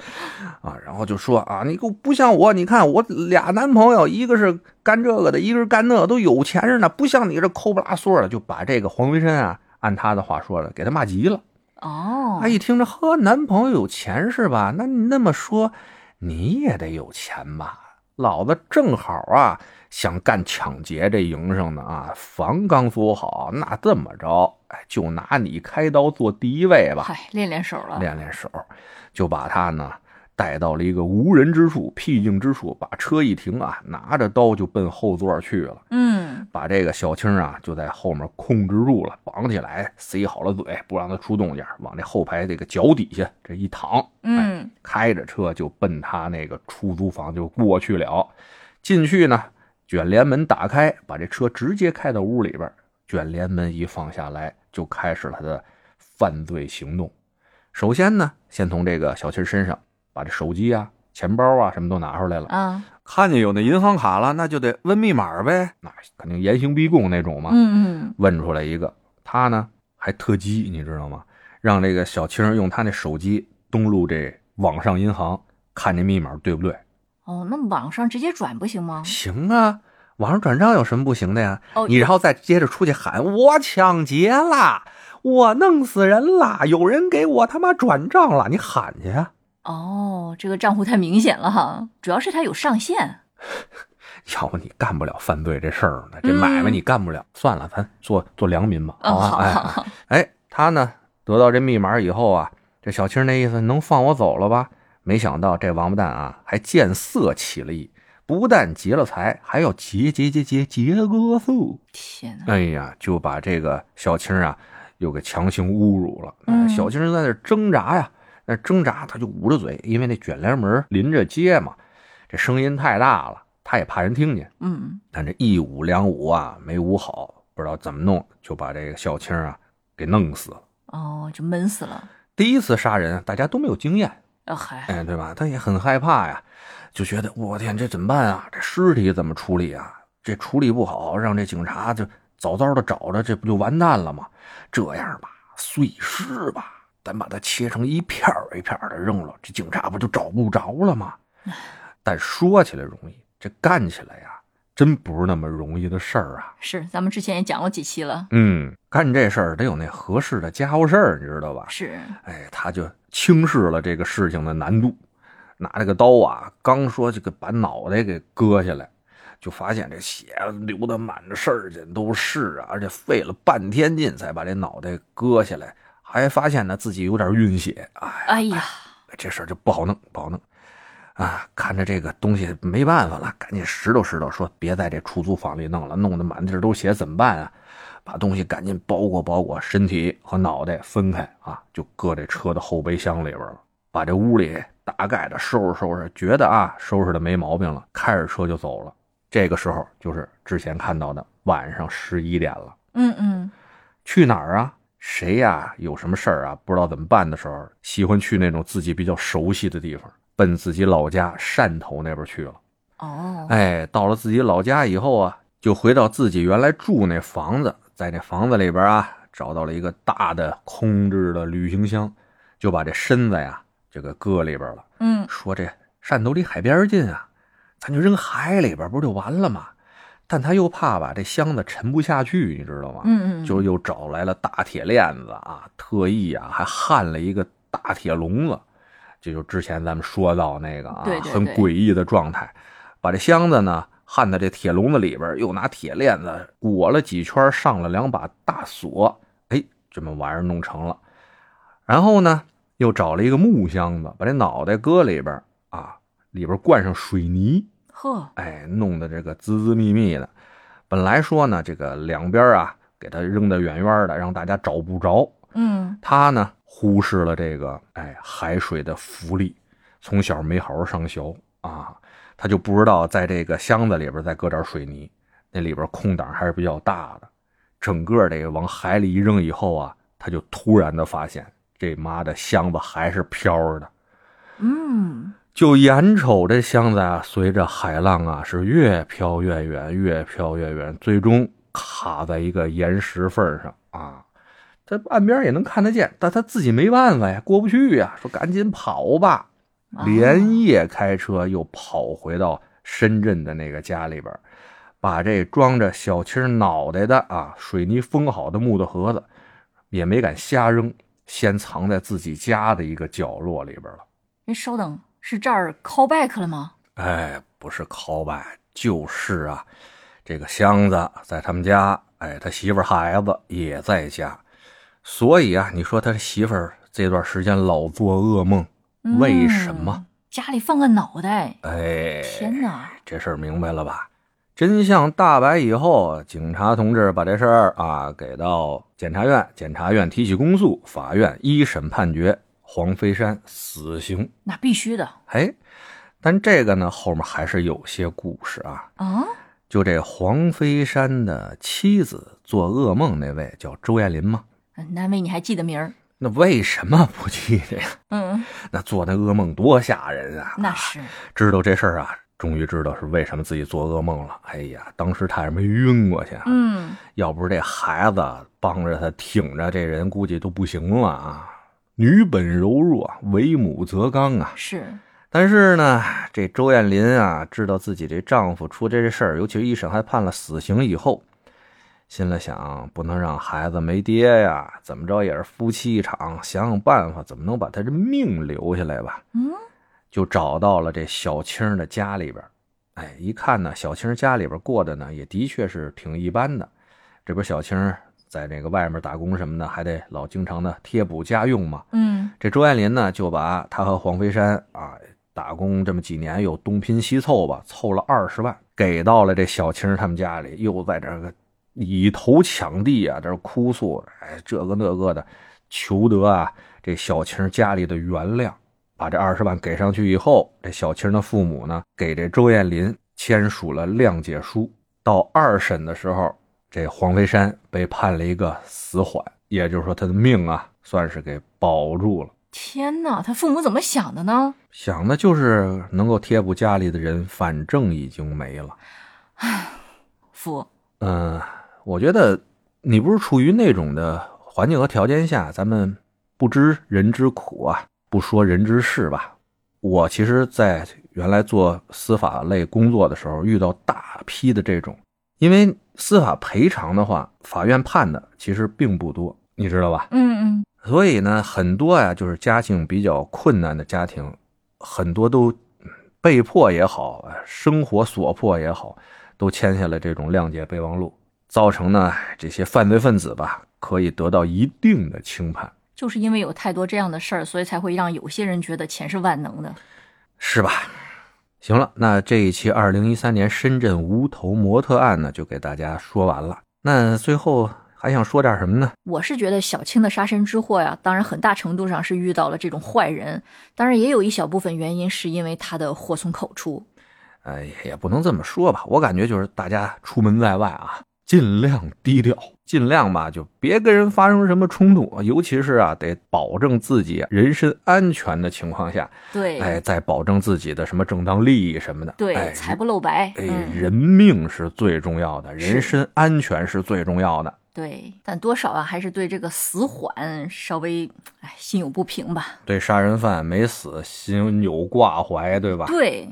[SPEAKER 3] 啊，然后就说啊，你给我不像我，你看我俩男朋友，一个是干这个的，一个是干那个，都有钱着呢，不像你这抠不拉嗦的，就把这个黄维山啊，按他的话说了，给他骂急了。
[SPEAKER 1] 哦
[SPEAKER 3] 她，一听着，呵，男朋友有钱是吧？那你那么说，你也得有钱吧？老子正好啊，想干抢劫这营生呢啊，房刚租好，那这么着，哎，就拿你开刀做第一位吧，
[SPEAKER 1] 嗨，练练手了，
[SPEAKER 3] 练练手，就把他呢带到了一个无人之处、僻静之处，把车一停啊，拿着刀就奔后座去了。
[SPEAKER 1] 嗯，
[SPEAKER 3] 把这个小青啊就在后面控制住了，绑起来，塞好了嘴，不让他出动静儿，往这后排这个脚底下这一躺，哎，
[SPEAKER 1] 嗯，
[SPEAKER 3] 开着车就奔他那个出租房就过去了。进去呢，卷帘门打开，把这车直接开到屋里边儿，卷帘门一放下来，就开始他的犯罪行动。首先呢，先从这个小青身上把这手机啊、钱包啊什么都拿出来了。
[SPEAKER 1] 啊，
[SPEAKER 3] 看见有那银行卡了，那就得问密码呗，那肯定严刑逼供那种嘛。
[SPEAKER 1] 嗯嗯，
[SPEAKER 3] 问出来一个，他呢还特机，你知道吗？让这个小青用他那手机登录这网上银行，看这密码对不对？
[SPEAKER 1] 哦，那网上直接转不行吗？
[SPEAKER 3] 行啊，网上转账有什么不行的呀？
[SPEAKER 1] 哦
[SPEAKER 3] 你然后再接着出去喊我抢劫啦，我弄死人啦，有人给我他妈转账了，你喊去啊！
[SPEAKER 1] 哦，这个账户太明显了哈，主要是它有上限。
[SPEAKER 3] 要不你干不了犯罪这事儿呢，这买卖
[SPEAKER 1] 嗯
[SPEAKER 3] 你干不了。算了，咱做做良民吧。
[SPEAKER 1] 嗯，
[SPEAKER 3] 吧
[SPEAKER 1] 好
[SPEAKER 3] 哎
[SPEAKER 1] 好好，
[SPEAKER 3] 哎，他呢得到这密码以后啊，这小青那意思能放我走了吧？没想到这王八蛋啊，还见色起了意，不但劫了财，还要劫劫劫劫劫个色。
[SPEAKER 1] 天哪，
[SPEAKER 3] 哎呀，就把这个小青啊，又给强行侮辱了。
[SPEAKER 1] 嗯
[SPEAKER 3] 小青在那挣扎呀，那挣扎，他就捂着嘴，因为那卷帘门临着街嘛，这声音太大了，他也怕人听见。
[SPEAKER 1] 嗯，
[SPEAKER 3] 但这一捂两捂啊，没捂好，不知道怎么弄，就把这个小青啊给弄死了。
[SPEAKER 1] 哦，就闷死了。
[SPEAKER 3] 第一次杀人，大家都没有经验，
[SPEAKER 1] 啊嗨，
[SPEAKER 3] 哎，对吧？他也很害怕呀，就觉得我天，这怎么办啊？这尸体怎么处理啊？这处理不好，让这警察就早早的找着，这不就完蛋了吗？这样吧，碎尸吧，咱把它切成一片儿一片儿的扔了，这警察不就找不着了吗？但说起来容易，这干起来呀，真不是那么容易的事儿啊。
[SPEAKER 1] 是，咱们之前也讲过几期了。
[SPEAKER 3] 嗯，干这事儿得有那合适的家伙事儿，你知道吧？
[SPEAKER 1] 是，
[SPEAKER 3] 哎，他就轻视了这个事情的难度，拿这个刀啊，刚说这个把脑袋给割下来，就发现这血流的满身儿去都是啊，而且费了半天劲才把这脑袋割下来，还发现呢自己有点晕血，哎，
[SPEAKER 1] 哎呀，
[SPEAKER 3] 这事儿就不好弄，不好弄。啊，看着这个东西没办法了，赶紧拾掇拾掇，说别在这出租房里弄了，弄得满地儿都血，怎么办啊？把东西赶紧包裹包裹，身体和脑袋分开啊，就搁这车的后备箱里边了。把这屋里大概的收拾收拾，觉得啊收拾的没毛病了，开着车就走了。这个时候就是之前看到的晚上十一点了。
[SPEAKER 1] 嗯嗯，
[SPEAKER 3] 去哪儿啊？谁呀、有什么事儿啊？不知道怎么办的时候，喜欢去那种自己比较熟悉的地方，奔自己老家汕头那边去了。
[SPEAKER 1] 哦，
[SPEAKER 3] 哎，到了自己老家以后啊，就回到自己原来住那房子，在那房子里边啊，找到了一个大的空置的旅行箱，就把这身子呀，这个搁里边了。
[SPEAKER 1] 嗯，
[SPEAKER 3] 说这汕头离海边近啊，咱就扔海里边，不就完了吗？但他又怕吧，这箱子沉不下去，你知道吗？
[SPEAKER 1] 嗯嗯，
[SPEAKER 3] 就又找来了大铁链子啊，特意啊还焊了一个大铁笼子，这就之前咱们说到那个啊，
[SPEAKER 1] 对对
[SPEAKER 3] 很
[SPEAKER 1] 对
[SPEAKER 3] 诡异的状态。把这箱子呢焊在这铁笼子里边，又拿铁链子裹了几圈，上了两把大锁，哎，这么玩意儿弄成了。然后呢，又找了一个木箱子，把这脑袋搁里边啊，里边灌上水泥，
[SPEAKER 1] 呵，
[SPEAKER 3] 哎，弄得这个滋滋密密的。本来说呢，这个两边啊，给它扔得远远的，让大家找不着。
[SPEAKER 1] 嗯，
[SPEAKER 3] 他呢，忽视了这个哎海水的浮力，从小没好好上学啊，他就不知道在这个箱子里边再搁点水泥，那里边空档还是比较大的。整个这个往海里一扔以后啊，他就突然的发现，这妈的箱子还是飘着的。
[SPEAKER 1] 嗯，
[SPEAKER 3] 就眼瞅这箱子啊，随着海浪啊是越飘越远，越飘越远，最终卡在一个岩石缝儿上啊。这岸边也能看得见，但他自己没办法呀，过不去呀，说赶紧跑吧，
[SPEAKER 1] 啊
[SPEAKER 3] 连夜开车又跑回到深圳的那个家里边儿，把这装着小青脑袋的啊水泥封好的木头盒子，也没敢瞎扔，先藏在自己家的一个角落里边了。
[SPEAKER 1] 哎，稍等，是这儿 call back 了吗？
[SPEAKER 3] 哎，不是 callback，就是啊，这个箱子在他们家，哎，他媳妇儿孩子也在家，所以啊，你说他媳妇儿这段时间老做噩梦，为什么？
[SPEAKER 1] 嗯？家里放个脑袋，
[SPEAKER 3] 哎，
[SPEAKER 1] 天哪！
[SPEAKER 3] 这事儿明白了吧？真相大白以后，警察同志把这事儿啊给到检察院，检察院提起公诉，法院一审判决黄飞山死刑。
[SPEAKER 1] 那必须的
[SPEAKER 3] 哎，但这个呢后面还是有些故事啊。
[SPEAKER 1] 啊！
[SPEAKER 3] 就这黄飞山的妻子做噩梦那位叫周艳林吗？
[SPEAKER 1] 难为你还记得名儿，
[SPEAKER 3] 那为什么不记得呀？
[SPEAKER 1] 嗯，
[SPEAKER 3] 那做那噩梦多吓人啊！
[SPEAKER 1] 那是
[SPEAKER 3] 知道这事儿啊，终于知道是为什么自己做噩梦了。哎呀，当时差点没晕过去啊！
[SPEAKER 1] 嗯，
[SPEAKER 3] 要不是这孩子帮着他挺着，这人估计都不行了啊！女本柔弱，为母则刚啊！
[SPEAKER 1] 是
[SPEAKER 3] 但是呢，这周艳林啊，知道自己这丈夫出这事儿，尤其是一审还判了死刑以后，心里想，不能让孩子没爹呀，怎么着也是夫妻一场，想想办法，怎么能把他这命留下来吧？
[SPEAKER 1] 嗯，
[SPEAKER 3] 就找到了这小青的家里边儿。哎，一看呢，小青家里边过得呢，也的确是挺一般的。这不是小青在那个外面打工什么的，还得老经常的贴补家用嘛。
[SPEAKER 1] 嗯
[SPEAKER 3] 这周艳林呢，就把他和黄飞山啊打工这么几年，又东拼西凑吧，凑了二十万，给到了这小青儿他们家里，又在这个以头抢地啊，在这哭诉，哎，这个那个的，求得啊这小青儿家里的原谅。把这二十万给上去以后，这小青儿的父母呢，给这周艳林签署了谅解书。到二审的时候，这黄飞山被判了一个死缓，也就是说他的命啊，算是给保住了。
[SPEAKER 1] 天哪，他父母怎么想的呢？
[SPEAKER 3] 想的就是能够贴补家里的人，反正已经没了。
[SPEAKER 1] 服，
[SPEAKER 3] 嗯，我觉得你不是处于那种的环境和条件下，咱们不知人之苦啊，不说人之事吧。我其实，在原来做司法类工作的时候，遇到大批的这种，因为司法赔偿的话，法院判的其实并不多，你知道吧？
[SPEAKER 1] 嗯嗯，
[SPEAKER 3] 所以呢，很多呀、就是家境比较困难的家庭，很多都嗯被迫也好，呃生活所迫也好，都签下了这种谅解备忘录，造成呢这些犯罪分子吧，可以得到一定的轻判，
[SPEAKER 1] 就是因为有太多这样的事儿，所以才会让有些人觉得钱是万能的。
[SPEAKER 3] 是吧？行了，那这一期二零一三年深圳无头模特案呢，就给大家说完了。那最后还想说点什么呢？
[SPEAKER 1] 我是觉得小青的杀身之祸呀，当然很大程度上是遇到了这种坏人，当然也有一小部分原因是因为他的祸从口出。
[SPEAKER 3] 哎，也不能这么说吧，我感觉就是大家出门在外啊，尽量低调，尽量吧，就别跟人发生什么冲突，尤其是啊，得保证自己人身安全的情况下，
[SPEAKER 1] 对，
[SPEAKER 3] 哎，再保证自己的什么正当利益什么的，
[SPEAKER 1] 对，
[SPEAKER 3] 哎
[SPEAKER 1] 财不露白。
[SPEAKER 3] 哎，
[SPEAKER 1] 嗯，
[SPEAKER 3] 人命是最重要的，
[SPEAKER 1] 是
[SPEAKER 3] 人身安全是最重要的。
[SPEAKER 1] 对，但多少啊，还是对这个死缓稍微哎心有不平吧。
[SPEAKER 3] 对杀人犯没死，心有挂怀，对吧？
[SPEAKER 1] 对，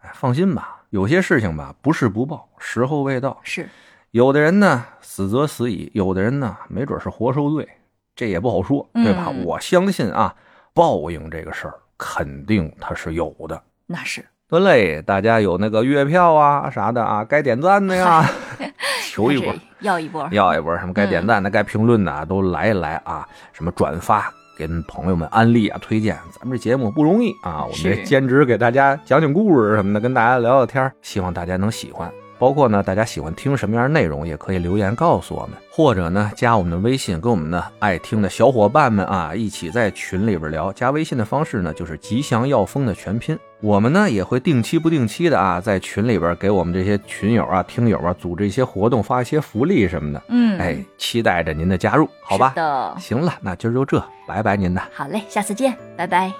[SPEAKER 3] 哎，放心吧，有些事情吧，不是不报，时候未到。
[SPEAKER 1] 是
[SPEAKER 3] 有的人呢死则死矣，有的人呢没准是活受罪，这也不好说，对吧？
[SPEAKER 1] 嗯
[SPEAKER 3] 我相信啊，报应这个事儿肯定它是有的。
[SPEAKER 1] 那是。
[SPEAKER 3] 得嘞，大家有那个月票啊啥的啊，该点赞的呀， 求一波
[SPEAKER 1] 还，是要一嗯波。
[SPEAKER 3] 要一波，什么该点赞的、该评论的啊，都来一来啊，什么转发。给朋友们安利啊，推荐咱们这节目不容易啊，我们
[SPEAKER 1] 是
[SPEAKER 3] 这兼职给大家讲讲故事什么的，跟大家聊聊天儿，希望大家能喜欢。包括呢，大家喜欢听什么样的内容，也可以留言告诉我们，或者呢加我们的微信，跟我们呢爱听的小伙伴们啊一起在群里边聊。加微信的方式呢就是吉祥药风的全拼。我们呢也会定期不定期的啊在群里边给我们这些群友啊、听友啊组织一些活动，发一些福利什么的。
[SPEAKER 1] 嗯，
[SPEAKER 3] 哎，，期待着您的加入，好吧
[SPEAKER 1] 是？的，
[SPEAKER 3] 行了，那今儿就这，拜拜您呐。
[SPEAKER 1] 好嘞，下次见，拜拜。